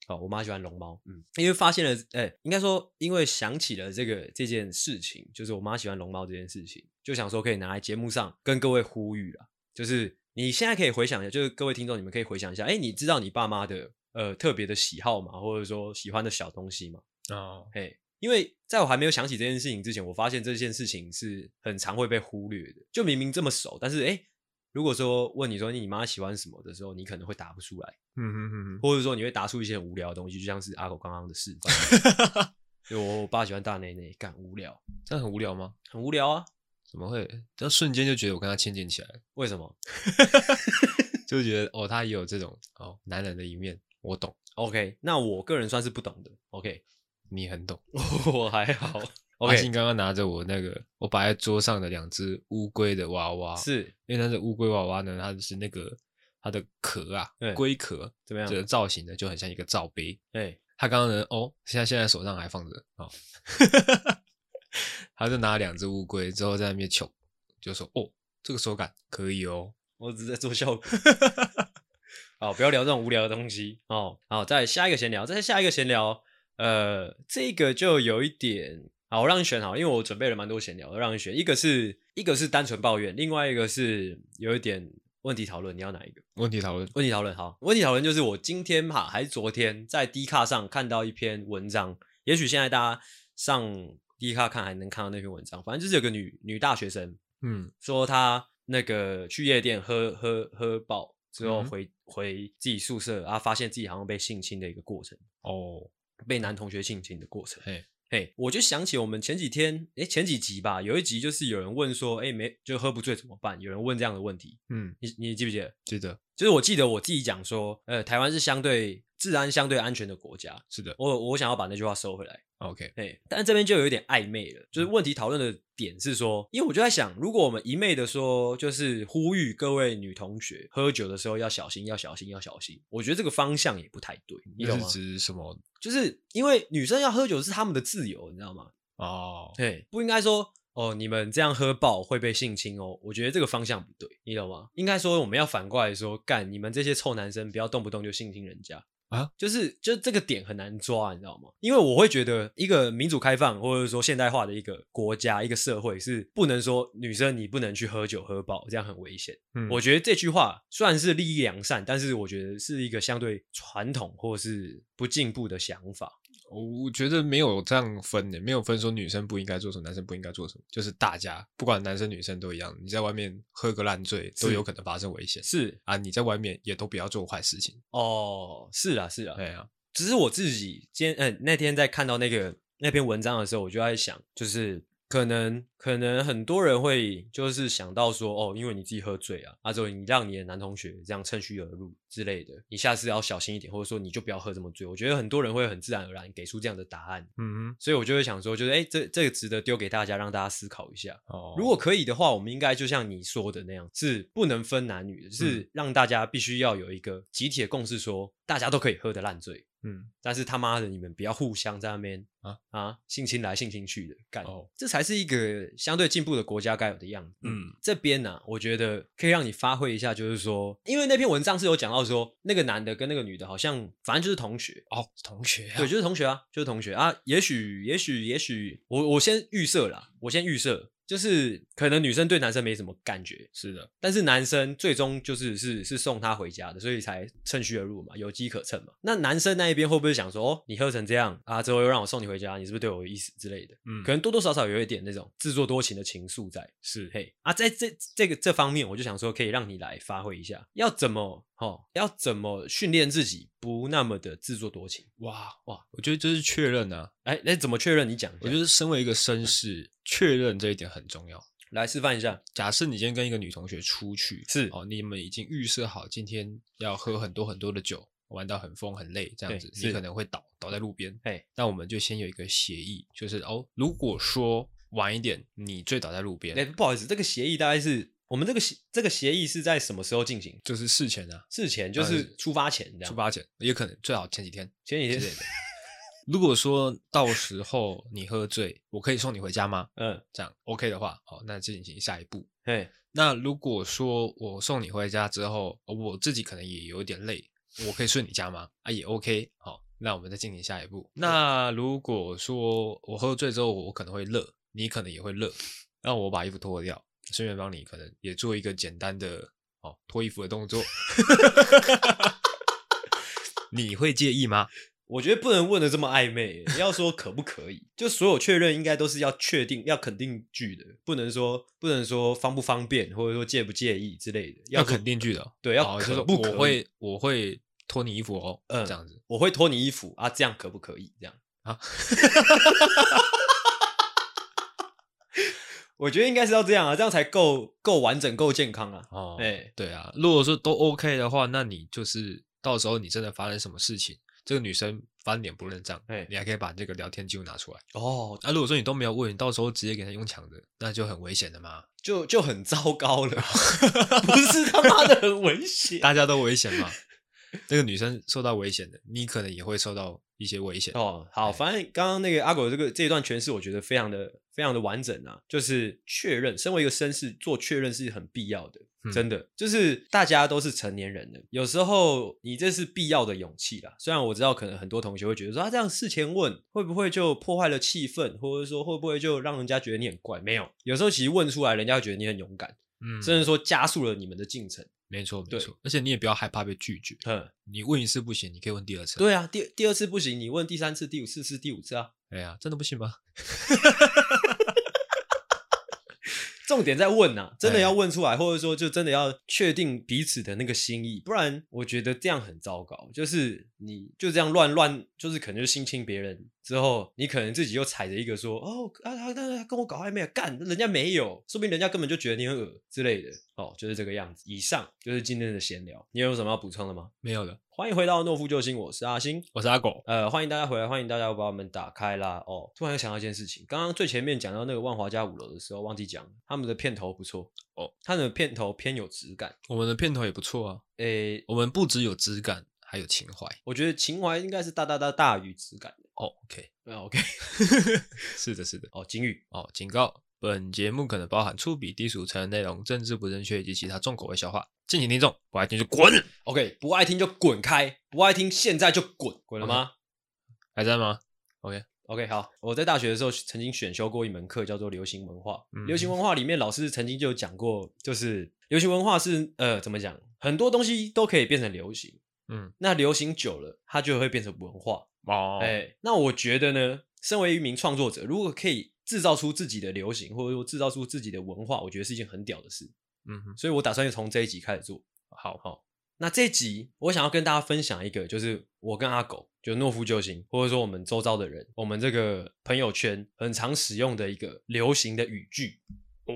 Speaker 2: 哦，我妈喜欢龙猫，嗯，因为发现了，哎、应该说，因为想起了这个这件事情，就是我妈喜欢龙猫这件事情，就想说可以拿来节目上跟各位呼吁啦，就是你现在可以回想一下，就是各位听众，你们可以回想一下，哎、你知道你爸妈的呃特别的喜好吗？或者说喜欢的小东西吗？
Speaker 1: 哦，
Speaker 2: 哎，因为在我还没有想起这件事情之前，我发现这件事情是很常会被忽略的。就明明这么熟，但是哎、诶如果说问你说哎你妈喜欢什么的时候，你可能会答不出来，
Speaker 1: 嗯哼哼哼，
Speaker 2: 或者说你会答出一些很无聊的东西，就像是阿狗刚刚的示范。 就我爸喜欢大内内，干无聊，
Speaker 1: 这样很无聊吗？
Speaker 2: 很无聊啊？
Speaker 1: 怎么会？这瞬间就觉得我跟他亲近起来了，
Speaker 2: 为什么
Speaker 1: 就觉得哦，他也有这种哦男人的一面，我懂，
Speaker 2: ？OK，那我个人算是不懂的。OK，
Speaker 1: 你很懂。
Speaker 2: 我还好。
Speaker 1: 阿信
Speaker 2: OK，
Speaker 1: 刚刚拿着我那个我摆在桌上的两只乌龟的娃娃，
Speaker 2: 是
Speaker 1: 因为那只乌龟娃娃呢，它是那个它的壳啊
Speaker 2: 对，
Speaker 1: 龟壳
Speaker 2: 怎么样
Speaker 1: 这个造型呢就很像一个罩杯，
Speaker 2: 哎、
Speaker 1: 他刚刚呢，哦，现在现在手上还放着哦，他就拿两只乌龟之后在那边求，就说哦，这个手感可以哦，
Speaker 2: 我只是在做效果。 好，不要聊这种无聊的东西哦。好，再来下一个闲聊，再下一个闲聊，呃，这个就有一点，好，我让你选好了，因为我准备了蛮多闲聊，我让你选。一个是一个是单纯抱怨，另外一个是有一点问题讨论，你要哪一个？
Speaker 1: 问题讨论，
Speaker 2: 问题讨论好，问题讨论就是我今天哈还是昨天在 D 卡上看到一篇文章，也许现在大家上 D 卡看还能看到那篇文章，反正就是有个女女大学生，
Speaker 1: 嗯
Speaker 2: 说他那个去夜店喝喝喝爆之后
Speaker 1: 嗯哼
Speaker 2: 回、回自己宿舍啊，发现自己好像被性侵的一个过程，
Speaker 1: 哦，
Speaker 2: 被男同学性侵的过程。
Speaker 1: 嘿，
Speaker 2: 嘿，我就想起我们前几天，诶，前几集吧，有一集就是有人问说，诶，没就喝不醉怎么办？有人问这样的问题，
Speaker 1: 嗯，
Speaker 2: 你你记不记得？
Speaker 1: 记得
Speaker 2: 就是我记得我自己讲说，呃，台湾是相对治安相对安全的国家，
Speaker 1: 是的
Speaker 2: 我我想要把那句话收回来。
Speaker 1: ，OK，
Speaker 2: 对，但这边就有一点暧昧了，
Speaker 1: 嗯
Speaker 2: 就是问题讨论的点是说，因为我就在想，如果我们一昧的说，就是呼吁各位女同学喝酒的时候要小心，要小心，要小心，我觉得这个方向也不太对，你
Speaker 1: 那
Speaker 2: 懂
Speaker 1: 是
Speaker 2: 吗？
Speaker 1: 指什么？
Speaker 2: 就是因为女生要喝酒是她们的自由，你知道吗？
Speaker 1: 哦，
Speaker 2: 对，不应该说哦，你们这样喝爆会被性侵哦。我觉得这个方向不对，你懂吗？应该说我们要反过来说，干你们这些臭男生，不要动不动就性侵人家
Speaker 1: 啊！
Speaker 2: 就是就这个点很难抓，你知道吗？因为我会觉得一个民主开放或者说现代化的一个国家、一个社会是不能说女生你不能去喝酒喝爆，这样很危险。
Speaker 1: 嗯
Speaker 2: 我觉得这句话虽然是利益良善，但是我觉得是一个相对传统或是不进步的想法。
Speaker 1: 我觉得没有这样分的，没有分说女生不应该做什么，男生不应该做什么，就是大家不管男生女生都一样，你在外面喝个烂醉都
Speaker 2: 是
Speaker 1: 有可能发生危险
Speaker 2: 是
Speaker 1: 啊，你在外面也都不要做坏事情，
Speaker 2: 哦，是啊，是啊，
Speaker 1: 对啊，
Speaker 2: 只是我自己今天，嗯、那天在看到那个那篇文章的时候，我就在想，就是可能可能很多人会就是想到说，哦，因为你自己喝醉啊，啊，之后你让你的男同学这样趁虚而入之类的，你下次要小心一点，或者说你就不要喝这么醉。我觉得很多人会很自然而然给出这样的答案，
Speaker 1: 嗯
Speaker 2: 所以我就会想说，就是哎、诶这这个值得丢给大家，让大家思考一下。
Speaker 1: 哼，哦，
Speaker 2: 如果可以的话，我们应该就像你说的那样，是不能分男女的，是让大家必须要有一个集体的共识说大家都可以喝得烂醉。
Speaker 1: 嗯。
Speaker 2: 但是他妈的，你们不要互相在那边
Speaker 1: 啊
Speaker 2: 啊性侵来性侵去的干，
Speaker 1: 哦
Speaker 2: 这才是一个相对进步的国家该有的样子。
Speaker 1: 嗯，
Speaker 2: 这边呢、我觉得可以让你发挥一下，就是说，因为那篇文章是有讲到说，那个男的跟那个女的好像反正就是同学，
Speaker 1: 哦，同学啊，
Speaker 2: 对，就是同学啊，就是同学啊。也许，也许，也许，我我先预设啦，我先预设，就是可能女生对男生没什么感觉，
Speaker 1: 是的，
Speaker 2: 但是男生最终就是是是送她回家的，所以才趁虚而入嘛，有机可乘嘛。那男生那一边会不会想说，哦，你喝成这样啊，之后又让我送你回家，你是不是对我有意思之类的？
Speaker 1: 嗯
Speaker 2: 可能多多少少有一点那种自作多情的情愫在。
Speaker 1: 是
Speaker 2: 嘿啊，在这这个这方面，我就想说，可以让你来发挥一下，要怎么哦，要怎么训练自己不那么的自作多情。
Speaker 1: 哇哦哇，我觉得这是确认啊，
Speaker 2: 哎，那怎么确认？你讲一下，
Speaker 1: 我觉得身为一个绅士，确认这一点很重要。
Speaker 2: 来示范一下。
Speaker 1: 假设你今天跟一个女同学出去，
Speaker 2: 是
Speaker 1: 哦，你们已经预设好今天要喝很多很多的酒，玩到很疯很累这样
Speaker 2: 对
Speaker 1: 子，
Speaker 2: 是
Speaker 1: 你可能会倒倒在路边。
Speaker 2: 哎，
Speaker 1: 那我们就先有一个协议，就是哦，如果说晚一点你醉倒在路边，
Speaker 2: 哎，不好意思，这个协议大概是我们这个协这个协议是在什么时候进行？
Speaker 1: 就是事前啊，
Speaker 2: 事前就
Speaker 1: 呃
Speaker 2: 是出发前这样。
Speaker 1: 出发前也可能最好前几天
Speaker 2: 前几
Speaker 1: 之
Speaker 2: 天
Speaker 1: 类，的。如果说到时候你喝醉，我可以送你回家吗？
Speaker 2: 嗯，
Speaker 1: 这样 OK 的话，好，那进行下一步。
Speaker 2: 嘿，
Speaker 1: 那如果说我送你回家之后，呃我自己可能也有点累，我可以睡你家吗？啊，也 OK，好，那我们再进行下一步。那如果说我喝醉之后，我可能会热，你可能也会热，那我把衣服脱掉，顺便帮你可能也做一个简单的哦脱衣服的动 作， 你会介意吗？
Speaker 2: 我觉得不能问的这么暧昧，要说可不可以，就所有确认应该都是要确定、要肯定句的，不能说不能说方不方便，或者说介不介意之类的，
Speaker 1: 要
Speaker 2: 说
Speaker 1: 肯定句的哦，
Speaker 2: 对，
Speaker 1: 哦
Speaker 2: 要
Speaker 1: 就
Speaker 2: 可
Speaker 1: 是说
Speaker 2: 不可以
Speaker 1: 我会我会脱你衣服哦，
Speaker 2: 嗯
Speaker 1: 这样子。
Speaker 2: 我会脱你衣服啊，这样可不可以？这样
Speaker 1: 啊，
Speaker 2: 我觉得应该是要这样啊，这样才够够完整、够健康啊。
Speaker 1: 哦，
Speaker 2: 哎、
Speaker 1: 对啊，如果说都 OK 的话，那你就是到时候你真的发生什么事情，这个女生翻脸不认账，
Speaker 2: 哎
Speaker 1: 你还可以把这个聊天记录拿出来。
Speaker 2: 哦，
Speaker 1: 啊，如果说你都没有问，你到时候直接给她用抢的，那就很危险的嘛，
Speaker 2: 就就很糟糕了， 不是他妈的很危险
Speaker 1: 大家都危险 嘛。这个女生受到危险的，你可能也会受到一些危险。
Speaker 2: 哦。好，
Speaker 1: 哎
Speaker 2: 反正刚刚那个阿狗这个这一段诠释，我觉得非常的非常的完整啊，就是确认，身为一个绅士，做确认是很必要的。
Speaker 1: 嗯
Speaker 2: 真的，就是大家都是成年人了，有时候你这是必要的勇气啦。虽然我知道可能很多同学会觉得说，啊，这样事前问会不会就破坏了气氛，或者说会不会就让人家觉得你很怪？没有，有时候其实问出来，人家会觉得你很勇敢，
Speaker 1: 嗯，
Speaker 2: 甚至说加速了你们的进程。
Speaker 1: 没错没
Speaker 2: 对
Speaker 1: 错，而且你也不要害怕被拒绝，
Speaker 2: 嗯，
Speaker 1: 你问一次不行，你可以问第二次。
Speaker 2: 对啊，第第二次不行，你问第三次、第五次是第五次啊。
Speaker 1: 哎呀，真的不行吗？
Speaker 2: 重点在问呐、啊，真的
Speaker 1: 哎
Speaker 2: 要问出来，或者说就真的要确定彼此的那个心意，不然我觉得这样很糟糕。就是你就这样乱乱，就是可能就性侵别人之后，你可能自己又踩着一个说哦啊他他他跟我搞暧昧啊，干人家没有，说不定人家根本就觉得你很恶之类的哦，就是这个样子。以上就是今天的闲聊，你有什么要补充的吗？
Speaker 1: 没有了，
Speaker 2: 欢迎回到诺夫救星，我是阿星。
Speaker 1: 我是阿狗。
Speaker 2: 呃，欢迎大家回来，欢迎大家把我们打开啦。哦，突然又想到一件事情，刚刚最前面讲到那个万华家五楼的时候，忘记讲了，他们的片头不错
Speaker 1: 哦，
Speaker 2: 他们的片头偏有质感。
Speaker 1: 我们的片头也不错啊，
Speaker 2: 诶，
Speaker 1: 我们不只有质感，还有情怀。
Speaker 2: 我觉得情怀应该是大大大大于质感的。
Speaker 1: 哦，OK，
Speaker 2: 啊，OK，
Speaker 1: 是的，是的。
Speaker 2: 哦，金宇，
Speaker 1: 哦，警告：本节目可能包含粗鄙、低俗、成人内容、政治不正确以及其他重口味笑话，敬请听众不爱听就滚。
Speaker 2: OK，不爱听就滚开，不爱听现在就滚，滚了吗
Speaker 1: 还在吗？
Speaker 2: ？OK，好，我在大学的时候曾经选修过一门课，叫做流行文化。
Speaker 1: 嗯
Speaker 2: 流行文化里面老师曾经就有讲过，就是流行文化是呃怎么讲，很多东西都可以变成流行，
Speaker 1: 嗯，
Speaker 2: 那流行久了，它就会变成文化。
Speaker 1: 哦
Speaker 2: 哎、，那我觉得呢，身为一名创作者，如果可以制造出自己的流行，或者说制造出自己的文化，我觉得是一件很屌的事。
Speaker 1: 嗯哼，
Speaker 2: 所以我打算就从这一集开始做。好好，那这一集我想要跟大家分享一个，就是我跟阿狗，就是诺夫救星，或者说我们周遭的人，我们这个朋友圈很常使用的一个流行的语句。
Speaker 1: 哦，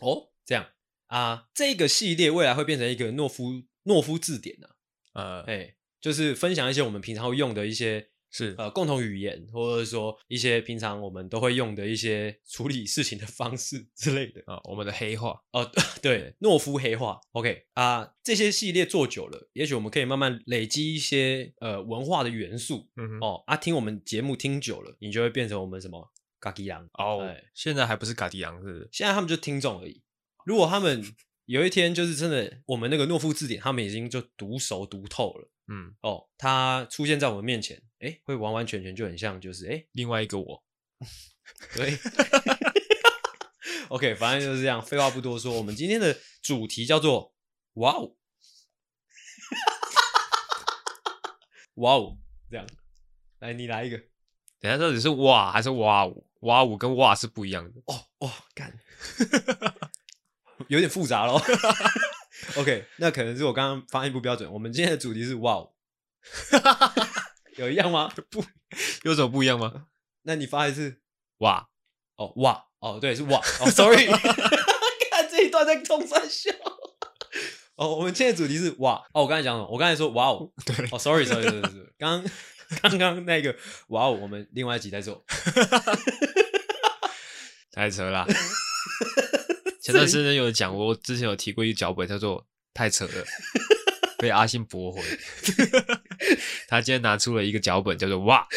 Speaker 2: 哦，这样啊，这个系列未来会变成一个诺夫诺夫字典啊。
Speaker 1: 呃，
Speaker 2: 哎、就是分享一些我们平常会用的一些
Speaker 1: 是
Speaker 2: 呃共同语言，或者说一些平常我们都会用的一些处理事情的方式之类的。
Speaker 1: 啊，我们的黑话，
Speaker 2: 哦，对，懦夫黑化，OK 啊、这些系列做久了，也许我们可以慢慢累积一些呃文化的元素
Speaker 1: 嗯哼，
Speaker 2: 哦。啊，听我们节目听久了，你就会变成我们什么嘎吉狼
Speaker 1: 哦
Speaker 2: 哎，
Speaker 1: 现在还不是卡迪昂是不是？
Speaker 2: 现在他们就听众而已。如果他们有一天就是真的，我们那个诺夫字典，他们已经就读熟读透了。
Speaker 1: 嗯，
Speaker 2: 哦，他出现在我们面前，哎，会完完全全就很像，就是哎，
Speaker 1: 另外一个我，
Speaker 2: 对，OK，反正就是这样。废话不多说，我们今天的主题叫做“哇哦，哇哦”，这样。来，你来一个。
Speaker 1: 等一下到底是哇还是哇五？哇五跟哇是不一样的。
Speaker 2: 哦，哇，干， 有点复杂咯。OK，那可能是我刚刚发音不标准。我们今天的主题是“哇哦”， 有一样吗？不，
Speaker 1: 有什么不一样吗？
Speaker 2: 那你发一次。
Speaker 1: 哇，
Speaker 2: 哦哇哦对是哇哦 sorry，看这一段在冲三笑。哦，我们今天的主题是哇哦，我刚才讲什么？我刚才说哇哦，
Speaker 1: 对
Speaker 2: 哦 sorry sorry sorry sorry，刚刚刚那个哇哦，我们另外一集再做。
Speaker 1: 太扯啦。前段时间有讲过，我之前有提过一个脚本，叫做“太扯 了”，被阿信驳回。他今天拿出了一个脚本，叫做“哇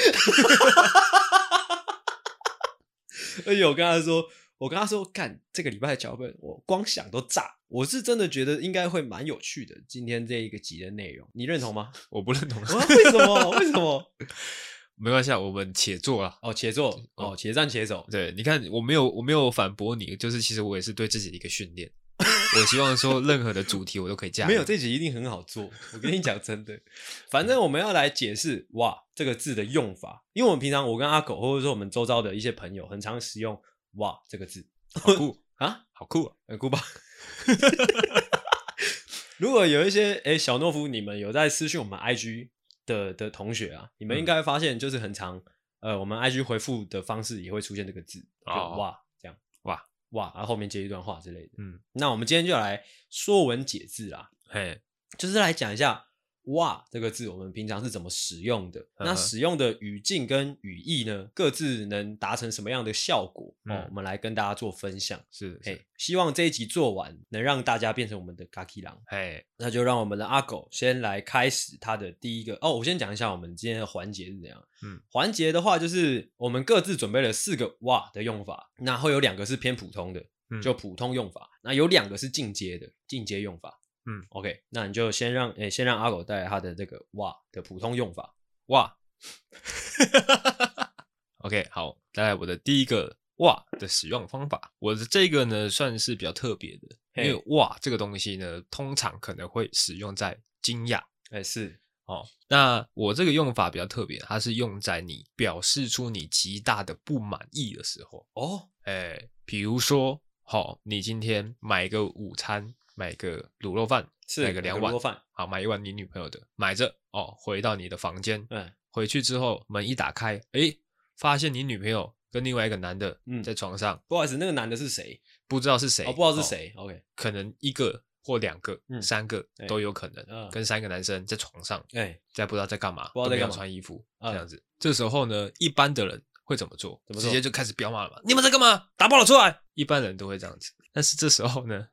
Speaker 2: 而且我跟他说，我跟他说，干这个礼拜的脚本，我光想都炸。我是真的觉得应该会蛮有趣的，今天这一个集的内容，你认同吗？”，
Speaker 1: 我不认同。
Speaker 2: 啊为什么？为什么？
Speaker 1: 没关系，啊，我们且做啦。
Speaker 2: 哦，且做，哦，且战且走。
Speaker 1: 对，你看，我没有，我没有反驳你，就是其实我也是对自己的一个训练。我希望说，任何的主题我都可以加入。
Speaker 2: 没有这集一定很好做， 我跟你讲真的。反正我们要来解释“哇”这个字的用法，因为我们平常我跟阿狗，或者说我们周遭的一些朋友，很常使用“哇”这个字
Speaker 1: 好 酷，
Speaker 2: 啊，
Speaker 1: 好酷、啊！
Speaker 2: 很酷吧？ 如果有一些哎、诶小懦夫，你们有在私讯我们 IG 的的同学
Speaker 1: 嗯
Speaker 2: 啊，你们应该会发现就是很常呃，我们 IG 回复的方式也会出现这个字，就
Speaker 1: 哦
Speaker 2: 哇这样
Speaker 1: 哇
Speaker 2: 哇，然后后面接一段话之类的。
Speaker 1: 嗯，
Speaker 2: 那我们今天就来《说文解字》啦，
Speaker 1: 嘿，
Speaker 2: 就是来讲一下“哇”这个字，我们平常是怎么使用的？
Speaker 1: 嗯哼
Speaker 2: 那使用的语境跟语义呢，各自能达成什么样的效果？哦
Speaker 1: 嗯，
Speaker 2: 我们来跟大家做分享。
Speaker 1: 是，
Speaker 2: 嘿
Speaker 1: 嘿，
Speaker 2: 希望这一集做完，能让大家变成我们的 Gaki 狼。
Speaker 1: 嘿，
Speaker 2: 那就让我们的阿狗先来开始他的第一个哦。我先讲一下我们今天的环节是怎样。
Speaker 1: 嗯，
Speaker 2: 环节的话就是我们各自准备了四个“哇”的用法，那会有两个是偏普通的，
Speaker 1: 嗯
Speaker 2: 就普通用法，那有两个是进阶的进阶用法。
Speaker 1: 嗯
Speaker 2: ，OK，那你就先让诶、先让阿狗带来他的这个“哇”的普通用法。哇，
Speaker 1: OK，好，带来我的第一个哇的使用方法。我的这个呢，算是比较特别的，因为
Speaker 2: 嘿
Speaker 1: 哇这个东西呢，通常可能会使用在惊讶
Speaker 2: 哎、是
Speaker 1: 哦。那我这个用法比较特别，它是用在你表示出你极大的不满意的时候。
Speaker 2: 哦，
Speaker 1: 哎，比如说，好、你今天买个午餐，买个卤肉饭，
Speaker 2: 是
Speaker 1: 买个两
Speaker 2: 卤
Speaker 1: 碗
Speaker 2: 肉，饭，
Speaker 1: 好，买一碗你女朋友的，买着哦，回到你的房间，
Speaker 2: 嗯，
Speaker 1: 回去之后，门一打开，诶，发现你女朋友跟另外一个男的
Speaker 2: 嗯
Speaker 1: 在床上，
Speaker 2: 不好意思，那个男的是谁？
Speaker 1: 不知道是谁，
Speaker 2: 哦，不知道是
Speaker 1: 哦
Speaker 2: 谁。OK，
Speaker 1: 可能一个或两个、
Speaker 2: 嗯
Speaker 1: 三个
Speaker 2: 对
Speaker 1: 都有可能，
Speaker 2: 嗯
Speaker 1: 跟三个男生在床上，
Speaker 2: 哎、
Speaker 1: 在不知道在干嘛，
Speaker 2: 不知道
Speaker 1: 都
Speaker 2: 在
Speaker 1: 没有
Speaker 2: 干嘛
Speaker 1: 穿衣服
Speaker 2: 嗯
Speaker 1: 这样子。这时候呢，一般的人会怎么做？
Speaker 2: 怎么做
Speaker 1: 直接就开始彪骂了嘛，你们在干嘛？打爆了出来！一般人都会这样子。但是这时候呢，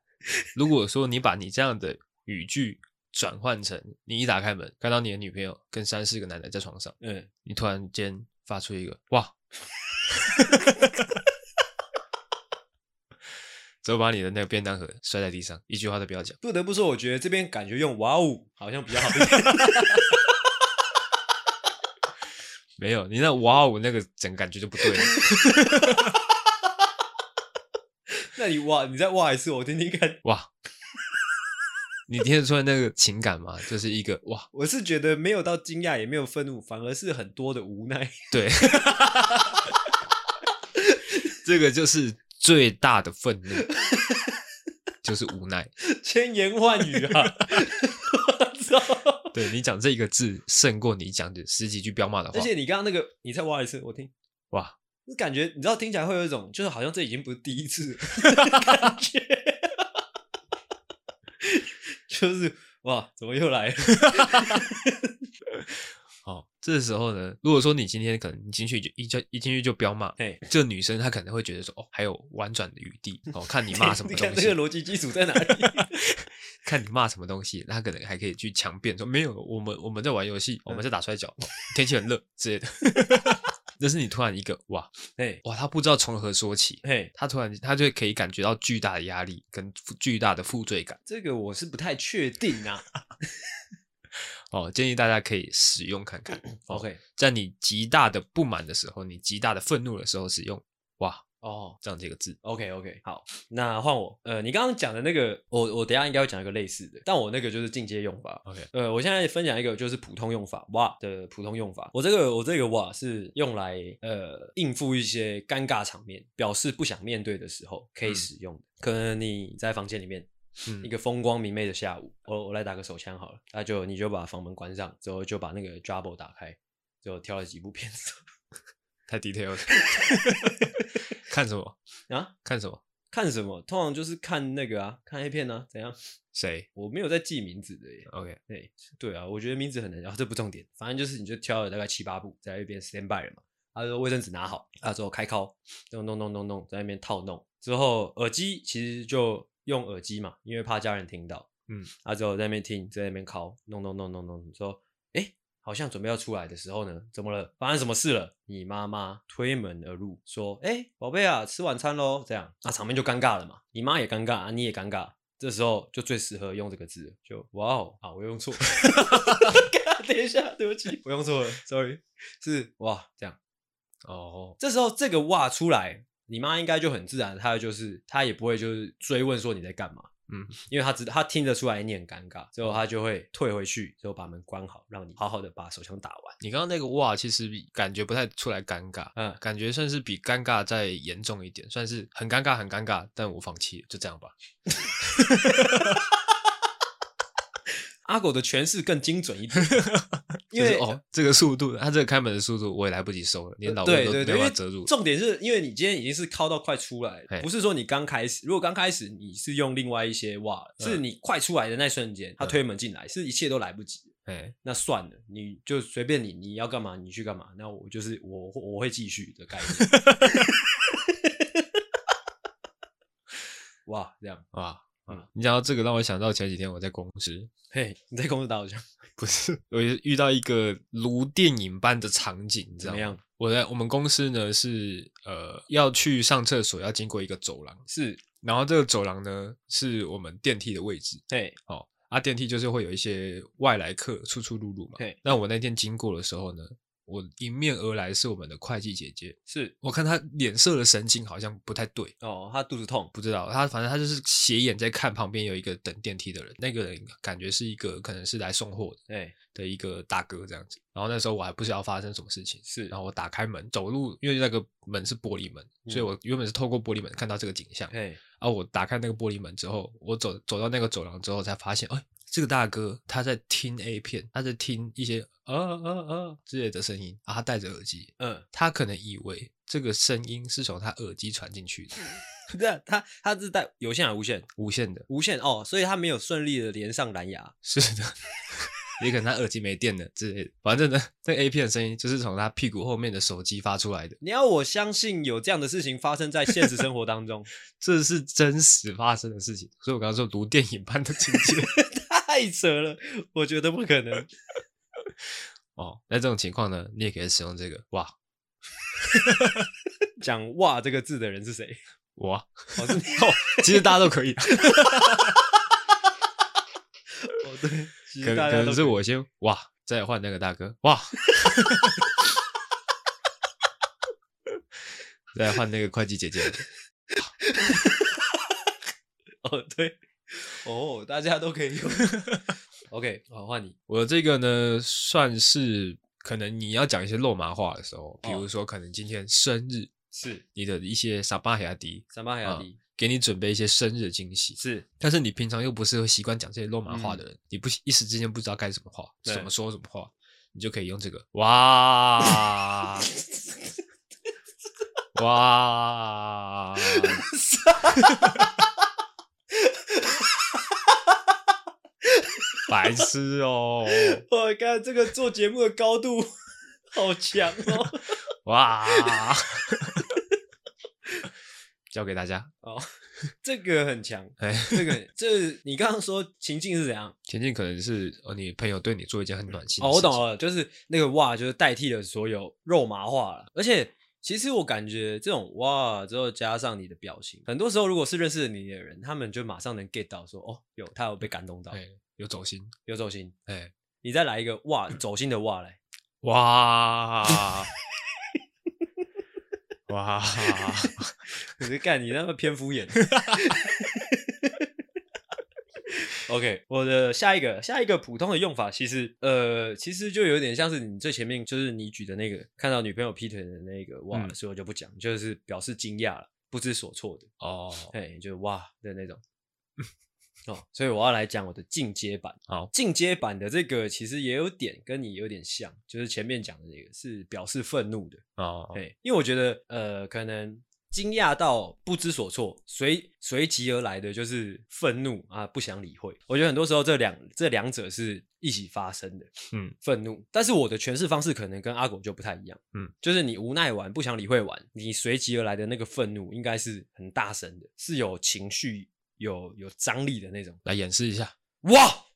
Speaker 1: 如果说你把你这样的语句转换成，你一打开门看到你的女朋友跟三四个男的在床上。
Speaker 2: 嗯，
Speaker 1: 你突然间发出一个“哇”，就把你的那个便当盒摔在地上，一句话都不要讲。
Speaker 2: 不得不说，我觉得这边感觉用“哇哦”好像比较好一点。
Speaker 1: 没有，你那哇哦，那个整个感觉就不对了。
Speaker 2: 那你哇，你再哇一次，我听听看。
Speaker 1: 哇，你听得出来那个情感吗？就是一个哇，
Speaker 2: 我是觉得没有到惊讶，也没有愤怒，反而是很多的无奈。
Speaker 1: 对，这个就是最大的愤怒，就是无奈。
Speaker 2: 千言万语啊！ 我操！
Speaker 1: 对你讲这一个字，胜过你讲的十几句彪骂的话
Speaker 2: 而。且你刚刚那个，你再哇一次，我听。
Speaker 1: 哇，
Speaker 2: 就感觉你知道，听起来会有一种就是好像这已经不是第一 次的感觉， 就是哇，怎么又来了？
Speaker 1: 哦，这时候呢，如果说你今天可能你进去就一就一进去就彪骂，
Speaker 2: 哎，
Speaker 1: 这女生她可能会觉得说，哦，还有婉转的余 地，哦，看你骂什么
Speaker 2: 你
Speaker 1: 东
Speaker 2: 看这个
Speaker 1: 西，
Speaker 2: 逻辑基础在哪里？
Speaker 1: 看你骂什么东西，她可能还可以去强辩说，没有，我们我们在玩游戏，
Speaker 2: 嗯
Speaker 1: 我们在打摔跤，哦天气很热之类的。 这是你突然一个哇
Speaker 2: 嘿，
Speaker 1: 哇，她不知道从何说起，
Speaker 2: 嘿，
Speaker 1: 她突然她就可以感觉到巨大的压力跟巨大的负罪感。
Speaker 2: 这个我是不太确定啊。
Speaker 1: 哦，建议大家可以使用看看。哦
Speaker 2: 嗯 OK，
Speaker 1: 在你极大的不满的时候，你极大的愤怒的时候使用哇
Speaker 2: 哦，
Speaker 1: 这样这个字。
Speaker 2: OK OK，好，那换我。呃，你刚刚讲的那个，我我等一下应该会讲一个类似的，但我那个就是进阶用法。
Speaker 1: OK，
Speaker 2: 呃，我现在分享一个就是普通用法哇的普通用法。我这个我这个哇是用来呃应付一些尴尬场面，表示不想面对的时候可以
Speaker 1: 嗯
Speaker 2: 使用的。可能你在房间里面
Speaker 1: 嗯
Speaker 2: 一个风光明媚的下午，我我来打个手枪好了，那就你就把房门关上，之后就把那个 Jabo 打开，就挑了几部片子
Speaker 1: 太 detail 了。 看什么？
Speaker 2: 啊。
Speaker 1: 看什么？
Speaker 2: 看什么？通常就是看那个啊，看 A 片啊，怎样？
Speaker 1: 谁
Speaker 2: 我没有在记名字的耶。
Speaker 1: ？OK，
Speaker 2: 哦对对啊，我觉得名字很难，然、后这不重点，反正就是你就挑了大概七八部在一边 stand by 了嘛，他就说卫生纸拿好，他说开铐，弄弄弄弄弄，在那边套弄。之后耳机其实就用耳机嘛，因为怕家人听到。
Speaker 1: 嗯，
Speaker 2: 他之后在那边听，在那边敲，弄弄弄弄弄，说，哎、好像准备要出来的时候呢，怎么了？发生什么事了？你妈妈推门而入，说，哎、宝贝啊，吃晚餐喽。这样，那、场面就尴尬了嘛，你妈也尴尬啊，你也尴尬。这时候就最适合用这个字了，就哇哦啊，我又用错了。 等一下，对不起，我用错了，sorry，是哇这样。
Speaker 1: 哦，
Speaker 2: 这时候这个哇出来，你妈应该就很自然，她就是她也不会就是追问说你在干嘛，
Speaker 1: 嗯，
Speaker 2: 因为她知她听得出来你很尴尬，之后她就会退回去，之后把门关好，让你好好的把手枪打完。
Speaker 1: 你刚刚那个哇，其实比感觉不太出来尴尬，
Speaker 2: 嗯，
Speaker 1: 感觉算是比尴尬再严重一点，算是很尴尬很尴尬，但我放弃了，就这样吧。
Speaker 2: 阿狗的诠释更精准 一点，因
Speaker 1: 就是
Speaker 2: 为、
Speaker 1: 哦，这个速度，他这个开门的速度，我也来不及收了，连老
Speaker 2: 对
Speaker 1: 温都
Speaker 2: 对
Speaker 1: 没
Speaker 2: 对，
Speaker 1: 办
Speaker 2: 因
Speaker 1: 法
Speaker 2: 为
Speaker 1: 遮住。
Speaker 2: 重点是因为你今天已经是靠到快出来
Speaker 1: 嘿
Speaker 2: 了，不是说你刚开始。如果刚开始你是用另外一些哇，
Speaker 1: 嗯
Speaker 2: 是你快出来的那瞬间，他
Speaker 1: 嗯
Speaker 2: 推门进来，是一切都来不及。
Speaker 1: 哎，
Speaker 2: 那算了，你就随便你，你要干嘛你去干嘛，那我就是我我会继续的概 念。哇，这样，
Speaker 1: 哇，
Speaker 2: 嗯
Speaker 1: 你讲到这个，让我想到前几天我在公司，
Speaker 2: 嘿，你在公司打火枪
Speaker 1: 不是，我也遇到一个如电影般的场景，你知
Speaker 2: 怎
Speaker 1: 道
Speaker 2: 么
Speaker 1: 吗？
Speaker 2: 样？
Speaker 1: 我在我们公司呢是呃要去上厕所，要经过一个走廊，
Speaker 2: 是，
Speaker 1: 然后这个走廊呢是我们电梯的位置
Speaker 2: 嘿，
Speaker 1: 哦，啊电梯就是会有一些外来客出出入入嘛
Speaker 2: 嘿。
Speaker 1: 那我那天经过的时候呢，我迎面而来是我们的会计姐姐，
Speaker 2: 是，
Speaker 1: 我看她脸色的神情好像不太对。
Speaker 2: 哦，他肚子痛，
Speaker 1: 不知道她反正她就是斜眼在看旁边有一个等电梯的人，那个人感觉是一个可能是来送货的
Speaker 2: 哎，
Speaker 1: 的一个大哥这样子。然后那时候我还不知道发生什么事情，
Speaker 2: 是，
Speaker 1: 然后我打开门走路，因为那个门是玻璃门，
Speaker 2: 嗯
Speaker 1: 所以我原本是透过玻璃门看到这个景象。然
Speaker 2: 嘿，
Speaker 1: 后啊我打开那个玻璃门之后，我走走到那个走廊之后，才发现，哎，这个大哥他在听 A 片，他在听一些呃呃呃之类的声音啊，他戴着耳机，
Speaker 2: 嗯，
Speaker 1: 他可能以为这个声音是从他耳机传进去的，
Speaker 2: 这
Speaker 1: 啊
Speaker 2: 样，他他是带有线还是无线？
Speaker 1: 无线的，
Speaker 2: 无线哦，所以他没有顺利的连上蓝牙。
Speaker 1: 是的。 也可能他耳机没电了之类的，反正呢，那 A 片的声音就是从他屁股后面的手机发出来的。
Speaker 2: 你要我相信有这样的事情发生在现实生活当中，
Speaker 1: 这是真实发生的事情，所以我刚刚说如电影般的情节
Speaker 2: 太扯了，我觉得不可能。
Speaker 1: 哦。那这种情况呢，你也可以使用这个哇
Speaker 2: 讲“哇”这个字的人是谁？
Speaker 1: 哇，
Speaker 2: 哦，是你。
Speaker 1: 其实大家都可以，
Speaker 2: 哦，对，其
Speaker 1: 可
Speaker 2: 实
Speaker 1: 能
Speaker 2: 大
Speaker 1: 可
Speaker 2: 家都
Speaker 1: 能是我先哇，再换那个大哥 哇，再换那个会计姐姐，
Speaker 2: 哦，对，哦，大家都可以用。OK，好，换你。
Speaker 1: 我这个呢算是可能你要讲一些肉麻话的时候，比
Speaker 2: 哦
Speaker 1: 如说可能今天生日，
Speaker 2: 是
Speaker 1: 你的一些傻巴雅迪
Speaker 2: 三八海
Speaker 1: 啊
Speaker 2: 亚迪，
Speaker 1: 给你准备一些生日的惊喜，
Speaker 2: 是
Speaker 1: 但是你平常又不是会习惯讲这些肉麻话的人，你不一时之间不知道该怎么话，
Speaker 2: 嗯对
Speaker 1: 怎么说什么话，你就可以用这个 哇哇，白痴哦，
Speaker 2: 我看这个做节目的高度好强哦。
Speaker 1: 哇，哦教给大家，
Speaker 2: 这个很强，
Speaker 1: 哎，
Speaker 2: 这个这你刚刚说情境是怎样？
Speaker 1: 前进可能是呃你朋友对你做一件很暖心的
Speaker 2: 哦，我懂
Speaker 1: 事情，
Speaker 2: 了，就是那个哇，就是代替了所有肉麻话了。而且其实我感觉这种哇之后加上你的表情，很多时候如果是认识你的人，他们就马上能 get 到说，哦，有他有被感动到，
Speaker 1: 哎，有走心，
Speaker 2: 有走心。
Speaker 1: 哎，
Speaker 2: 你再来一个哇，走心的哇来，
Speaker 1: 哇哦哇。
Speaker 2: 可是干你那么偏敷衍。OK，我 的下一个下一个普通的用法，其实呃，其实就有点像是你最前面就是你举的那个看到女朋友劈腿的那个哇，
Speaker 1: 嗯
Speaker 2: 所以我就不讲，就是表示惊讶了，不知所措的。
Speaker 1: 哦，
Speaker 2: 哎，就哇的那种。 哦，所以我要来讲我的进阶版。
Speaker 1: 好
Speaker 2: 进阶版的这个其实也有点跟你有点像，就是前面讲的那个是表示愤怒的。
Speaker 1: 哦，
Speaker 2: 哎、因为我觉得呃，可能惊讶到不知所措，随随即而来的就是愤怒啊，不想理会。我觉得很多时候这两这两者是一一起发生的，
Speaker 1: 嗯，
Speaker 2: 愤怒。但是我的诠释方式可能跟阿狗就不太一样，
Speaker 1: 嗯，
Speaker 2: 就是你无奈完不想理会完，你随即而来的那个愤怒应该是很大声的，是有情绪、有有张力的那种。
Speaker 1: 来演示一下。
Speaker 2: 哇，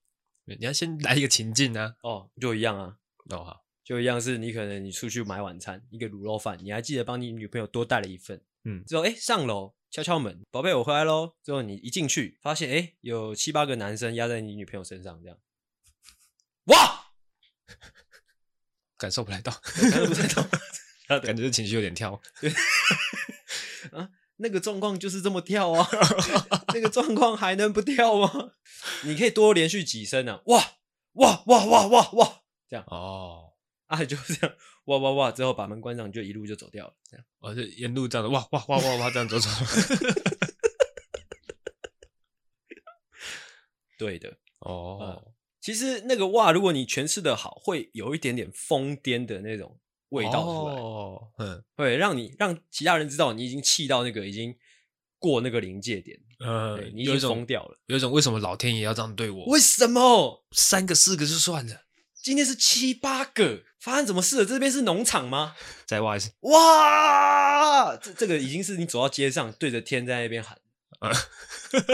Speaker 1: 你要先来一个情境啊。
Speaker 2: 哦，就一样啊，
Speaker 1: 哦，好，
Speaker 2: 就一样是你可能你出去买晚餐，一个卤肉饭，你还记得帮你女朋友多带了一份，
Speaker 1: 嗯
Speaker 2: 之后哎上楼敲敲门，宝贝我回来喽，之后你一进去发现哎有七八个男生压在你女朋友身上这样，哇，
Speaker 1: 感受不来到，
Speaker 2: 感受不太到
Speaker 1: 感觉这情绪有点跳。
Speaker 2: 那个状况就是这么跳啊， 那个状况还能不跳吗？你可以多连续几声啊，哇哇哇哇哇哇
Speaker 1: 哦，
Speaker 2: 啊就这样哇哇哇之后把门关上你就一路就走掉了这样。
Speaker 1: 我是沿路这样子，哇哇哇哇哇这样走 走。
Speaker 2: 对的，
Speaker 1: 哦，
Speaker 2: 其实那个哇，如果你诠释的好，会有一点点疯癫的那种味道出来，
Speaker 1: 哦，嗯
Speaker 2: 会让你让其他人知道你已经气到那个已经过那个临界点，
Speaker 1: 呃，
Speaker 2: 对你已
Speaker 1: 有一
Speaker 2: 经疯
Speaker 1: 种
Speaker 2: 掉了。
Speaker 1: 有一种为什么老天爷要这样对我？
Speaker 2: 为什么
Speaker 1: 三个四个就算了，
Speaker 2: 今天是七八个？发生什么事了？这边是农场吗？
Speaker 1: 再挖一次。
Speaker 2: 哇，这这个已经是你走到街上对着天在那边喊
Speaker 1: 啊，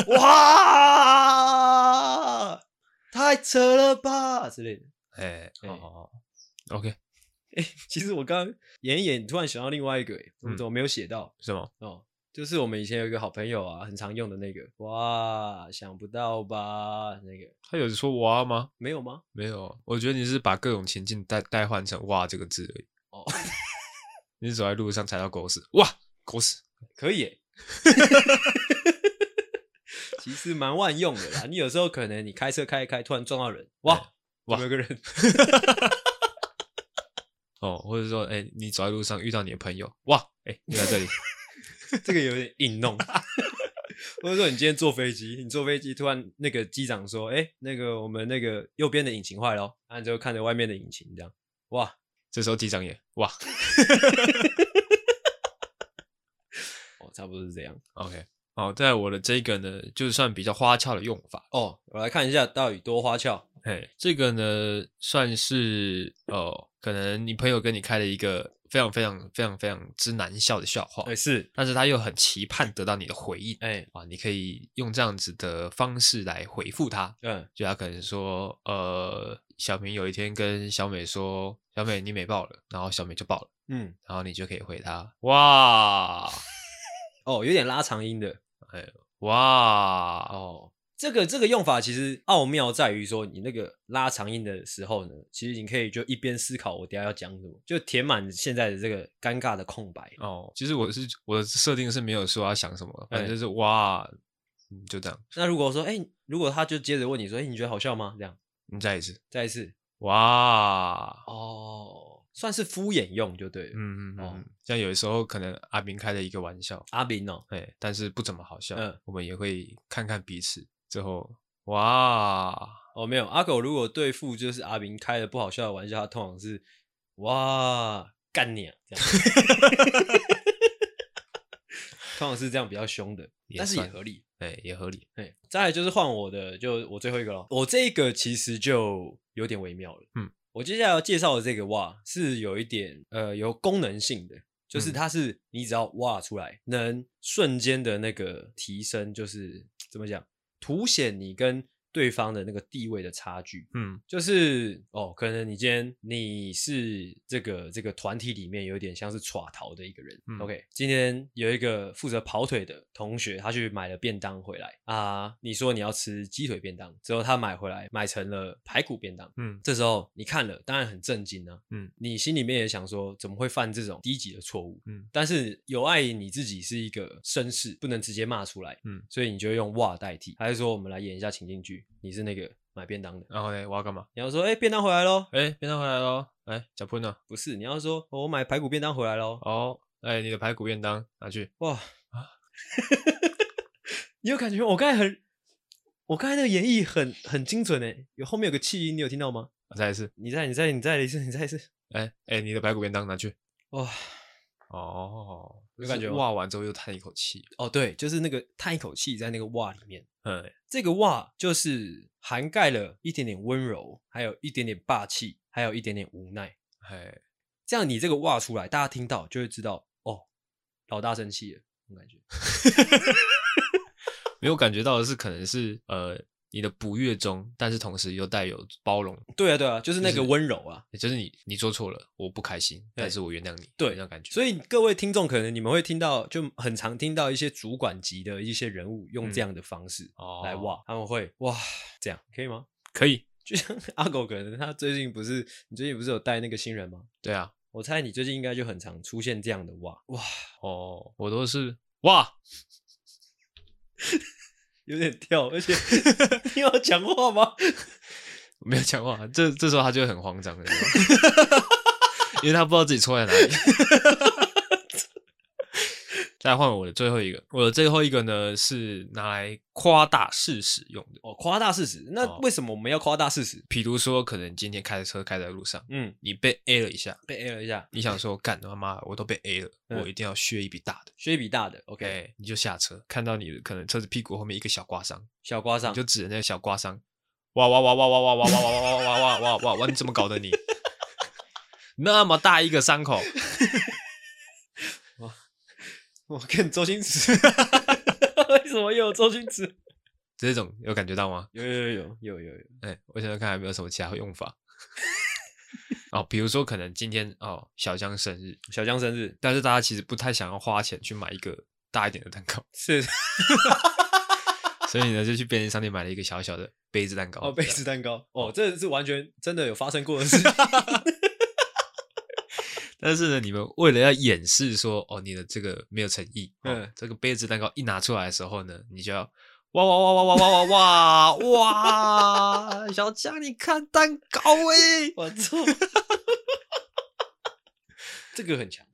Speaker 2: 哇，太扯了吧之类的。
Speaker 1: 哎，
Speaker 2: 哎
Speaker 1: 好好好，OK，
Speaker 2: 其实我刚刚演一演，突然想到另外一个、欸，我
Speaker 1: 嗯
Speaker 2: 们怎么没有写到？
Speaker 1: 什么？
Speaker 2: 哦，就是我们以前有一个好朋友啊，很常用的那个，哇，想不到吧？那个
Speaker 1: 他有说哇吗？
Speaker 2: 没有吗？
Speaker 1: 没有，我觉得你是把各种情境代代换成“哇”这个字而已。
Speaker 2: 哦，
Speaker 1: 你走在路上踩到狗屎，哇，狗屎！
Speaker 2: 可以耶、 其实蛮万用的啦。你有时候可能你开车开一开，突然撞到人，哇
Speaker 1: 哇
Speaker 2: 哇，有个人，
Speaker 1: 哦，或者说，哎、你走在路上遇到你的朋友，哇，哎、你在这 里，
Speaker 2: 这个有点硬弄。 或者说你今天坐飞机，你坐飞机突然那个机长说：“哎、那个我们那个右边的引擎坏了哦。”然后你就看着外面的引擎这样，哇
Speaker 1: 这时候机长也哇
Speaker 2: 哦，差不多是这样。
Speaker 1: ，OK，好，在我的这个呢，就算比较花俏的用法，
Speaker 2: 哦，我来看一下到底多花俏。
Speaker 1: 哎，这个呢算是哦，可能你朋友跟你开了一个非常非常非常非常之难笑的笑话，
Speaker 2: 哎、是，
Speaker 1: 但是他又很期盼得到你的回应，
Speaker 2: 哎、
Speaker 1: 啊，你可以用这样子的方式来回复他，
Speaker 2: 嗯，
Speaker 1: 就他可能说，呃，小明有一天跟小美说，小美你美爆了，然后小美就爆了，
Speaker 2: 嗯，
Speaker 1: 然后你就可以回他，哇
Speaker 2: 哦，有点拉长音的
Speaker 1: 哇哦，
Speaker 2: 哦。这个这个用法其实奥妙在于说，你那个拉长音的时候呢，其实你可以就一边思考我等一下要讲什么，就填满现在的这个尴尬的空白。
Speaker 1: 哦，其实我是我的设定是没有说要想什么，反正
Speaker 2: 哎
Speaker 1: 就是哇，嗯就这样，
Speaker 2: 那如果说，哎、如果他就接着问你说，哎、你觉得好笑吗？这样，
Speaker 1: 你嗯再一次，
Speaker 2: 再一次，
Speaker 1: 哇，
Speaker 2: 哦，算是敷衍用就对了。
Speaker 1: 嗯嗯嗯
Speaker 2: 哦
Speaker 1: 嗯，像有时候可能阿明开了一个玩笑，
Speaker 2: 阿明哦，
Speaker 1: 哎，但是不怎么好笑，
Speaker 2: 嗯
Speaker 1: 我们也会看看彼此之后，哇，
Speaker 2: 哦没有，阿狗如果对付就是阿明开了不好笑的玩笑，他通常是哇干你啊这样， 通常是这样比较凶的，
Speaker 1: 也
Speaker 2: 但是也
Speaker 1: 算
Speaker 2: 合理。
Speaker 1: 哎，也合理。
Speaker 2: 对，再来就是换我的，就我最后一个咯。我这个其实就有点微妙了。
Speaker 1: 嗯，
Speaker 2: 我接下来要介绍的这个哇是有一点呃有功能性的，就是
Speaker 1: 嗯
Speaker 2: 它是你只要哇出来，能瞬间的那个提升，就是怎么讲，凸显你跟对方的那个地位的差距。
Speaker 1: 嗯
Speaker 2: 就是哦，可能你今天你是这个这个团体里面有点像是耍逃的一个人。
Speaker 1: 嗯
Speaker 2: OK，今天有一个负责跑腿的同学，他去买了便当回来啊，你说你要吃鸡腿便当，之后他买回来买成了排骨便当。
Speaker 1: 嗯
Speaker 2: 这时候你看了，当然很震惊啊，
Speaker 1: 嗯，
Speaker 2: 你心里面也想说，怎么会犯这种低级的错误？
Speaker 1: 嗯，
Speaker 2: 但是有碍于你自己是一个绅士，不能直接骂出来，
Speaker 1: 嗯，
Speaker 2: 所以你就用哇代替。还是说我们来演一下情境剧，你是那个买便当的，
Speaker 1: 然后呢，我要干嘛？
Speaker 2: 你要说，哎、便当回来喽，
Speaker 1: 哎，便当回来喽！哎，小喷呢？
Speaker 2: 不是，你要说、哦我买排骨便当回来喽。
Speaker 1: 哦，啊哎，你的排骨便当拿去。
Speaker 2: 哇， 你有感觉吗？我刚才很，我刚才那个演绎很很精准诶，有后面有个气音，你有听到吗？
Speaker 1: 我再一次。
Speaker 2: 你再，你再，你再来一次，你再来一次。
Speaker 1: 哎哎，你的排骨便当拿去。
Speaker 2: 哇，
Speaker 1: 哦，
Speaker 2: 有感觉吗
Speaker 1: 哇完之后又叹一口气，
Speaker 2: 哦，对，就是那个叹一口气在那个哇里面，
Speaker 1: 嗯，
Speaker 2: 这个哇就是涵盖了一点点温柔，还有一点点霸气，还有一点点无奈。
Speaker 1: 哎，
Speaker 2: 这样你这个哇出来，大家听到就会知道哦，老大生气了，那种感觉。
Speaker 1: 没有感觉到的是，可能是呃你的不悦中，但是同时又带有包容，
Speaker 2: 对啊，对啊，就是那
Speaker 1: 就
Speaker 2: 个
Speaker 1: 是
Speaker 2: 温柔啊。
Speaker 1: 也就是你你做错了，我不开心，
Speaker 2: 对
Speaker 1: 但是我原谅你，
Speaker 2: 对
Speaker 1: 那种感觉。
Speaker 2: 所以各位听众可能你们会听到，就很常听到一些主管级的一些人物用这样的方式
Speaker 1: 哦，
Speaker 2: 来哇，他们会哇这样可以吗？
Speaker 1: 可以，
Speaker 2: 就像阿狗，可能他最近不是你最近不是有带那个新人吗？
Speaker 1: 对啊，
Speaker 2: 我猜你最近应该就很常出现这样的哇哇，
Speaker 1: 哦，我都是哇，
Speaker 2: 有点跳， 而且你要讲话吗？
Speaker 1: 没有讲话，这这时候他就会很慌张，你知道吗 因为他不知道自己错在哪里。再换我的最后一个，我的最后一个呢是拿来夸大事实用的，
Speaker 2: 哦，夸大事实。那
Speaker 1: 哦
Speaker 2: 为什么我们要夸大事实？
Speaker 1: 比如说可能今天开车开在路上，
Speaker 2: 嗯，
Speaker 1: 你被 A 了一下，
Speaker 2: 被 A 了一下，
Speaker 1: 你想说干他妈我都被 A 了，
Speaker 2: 嗯
Speaker 1: 我一定要削一笔大的。
Speaker 2: 削一笔大的
Speaker 1: 哎、
Speaker 2: ，OK，
Speaker 1: 你就下车，看到你的可能车子屁股后面一个小刮伤，
Speaker 2: 小刮
Speaker 1: 你
Speaker 2: 伤
Speaker 1: 就指着那个小刮伤，哇哇哇哇哇哇哇哇哇哇哇哇哇哇哇！你怎么搞的你？ 那么大一个伤口，
Speaker 2: 我跟周星 驰，为什么又有周星驰？
Speaker 1: 这种有感觉到吗？
Speaker 2: 有有有有有有，
Speaker 1: 哎、我想想看，还有没有什么其他用法？哦，比如说可能今天哦小江生日，
Speaker 2: 小江生日
Speaker 1: 但是大家其实不太想要花钱去买一个大一点的蛋糕，
Speaker 2: 是
Speaker 1: 所以呢就去便利商店买了一个小小的杯子蛋糕。
Speaker 2: 哦，杯子蛋糕哦，这是完全真的有发生过的 事情。
Speaker 1: 但是呢，你们为了要掩饰说哦你的这个没有诚意，哦、
Speaker 2: 嗯
Speaker 1: 这个杯子蛋糕一拿出来的时候呢，你就要哇哇哇哇哇哇哇哇哇，小江你看蛋糕欸诶、
Speaker 2: 我操，这个很强，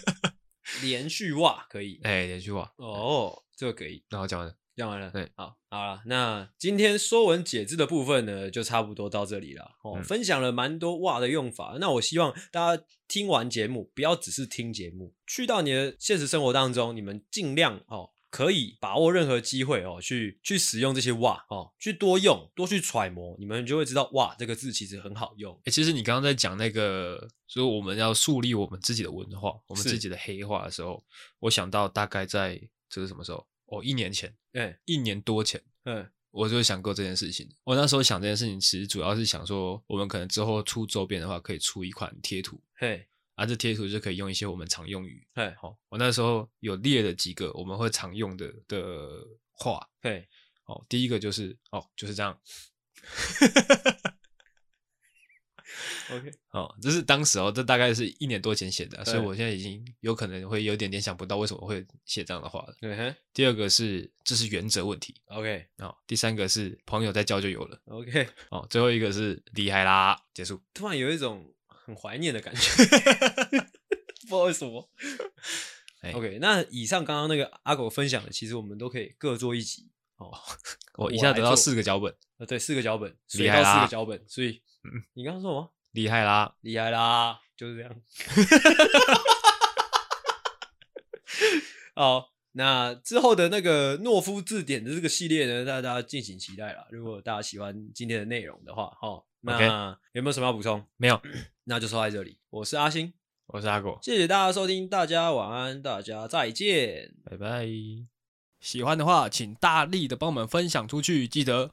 Speaker 2: 连续袜可以
Speaker 1: 哎、连续哇，
Speaker 2: 哦，这个可以。
Speaker 1: 然后讲完了，
Speaker 2: 讲完了，
Speaker 1: 对，
Speaker 2: 好，好了，那今天说文解字的部分呢，就差不多到这里了。哦，
Speaker 1: 嗯
Speaker 2: 分享了蛮多哇的用法，那我希望大家听完节目，不要只是听节目，去到你的现实生活当中，你们尽量哦。可以把握任何机会哦，去去使用这些哇哦，去多用，多去揣摩，你们就会知道哇这个字其实很好用。
Speaker 1: 哎、其实你刚刚在讲那个，说我们要树立我们自己的文化，我们
Speaker 2: 是
Speaker 1: 自己的黑化的时候，我想到大概在这是什么时候？哦，一年前，
Speaker 2: 哎、
Speaker 1: 一年多前，
Speaker 2: 嗯，
Speaker 1: 我就想过这件事情。我那时候想这件事情，其实主要是想说，我们可能之后出周边的话，可以出一款贴图，
Speaker 2: 嘿，
Speaker 1: 啊，这贴图就可以用一些我们常用语。
Speaker 2: 嘿，
Speaker 1: 好、我那时候有列了几个我们会常用的的话。
Speaker 2: 嘿，
Speaker 1: 哦，第一个就是哦，就是这样。
Speaker 2: OK，
Speaker 1: 哦，这是当时哦，这大概是一年多前写的，所以
Speaker 2: 对
Speaker 1: 我现在已经有可能会有点联想不到为什么会写这样的话了。
Speaker 2: 嗯哼
Speaker 1: 第二个是这是原则问题
Speaker 2: ，OK，OK，
Speaker 1: 哦，第三个是朋友在教就有了
Speaker 2: OK，
Speaker 1: 哦，最后一个是厉害啦，结束。
Speaker 2: 突然有一种很怀念的 感觉，不知道为什么。
Speaker 1: 哎
Speaker 2: OK，那以上刚刚那个阿狗分享的，其实我们都可以各做一集哦。
Speaker 1: 我一
Speaker 2: 我
Speaker 1: 下
Speaker 2: 来
Speaker 1: 得到
Speaker 2: 做
Speaker 1: 四个脚本，
Speaker 2: 呃，对，四个脚本，
Speaker 1: 厉
Speaker 2: 水
Speaker 1: 害
Speaker 2: 到四
Speaker 1: 啦
Speaker 2: 个脚本，所以
Speaker 1: 嗯
Speaker 2: 你刚刚说什么？
Speaker 1: 厉害啦。
Speaker 2: 厉害啦，就是这样。 好，那之后的那个懦夫字典的这个系列呢，大家大家敬请期待啦。如果大家喜欢今天的内容的话，哦，那有没有什么要补充？
Speaker 1: 没有，
Speaker 2: 那就说在这里，我是阿星，
Speaker 1: 我是阿狗，
Speaker 2: 谢谢大家收听，大家晚安，大家再见。
Speaker 1: 拜拜。喜欢的话，请大力的帮我们分享出去，记得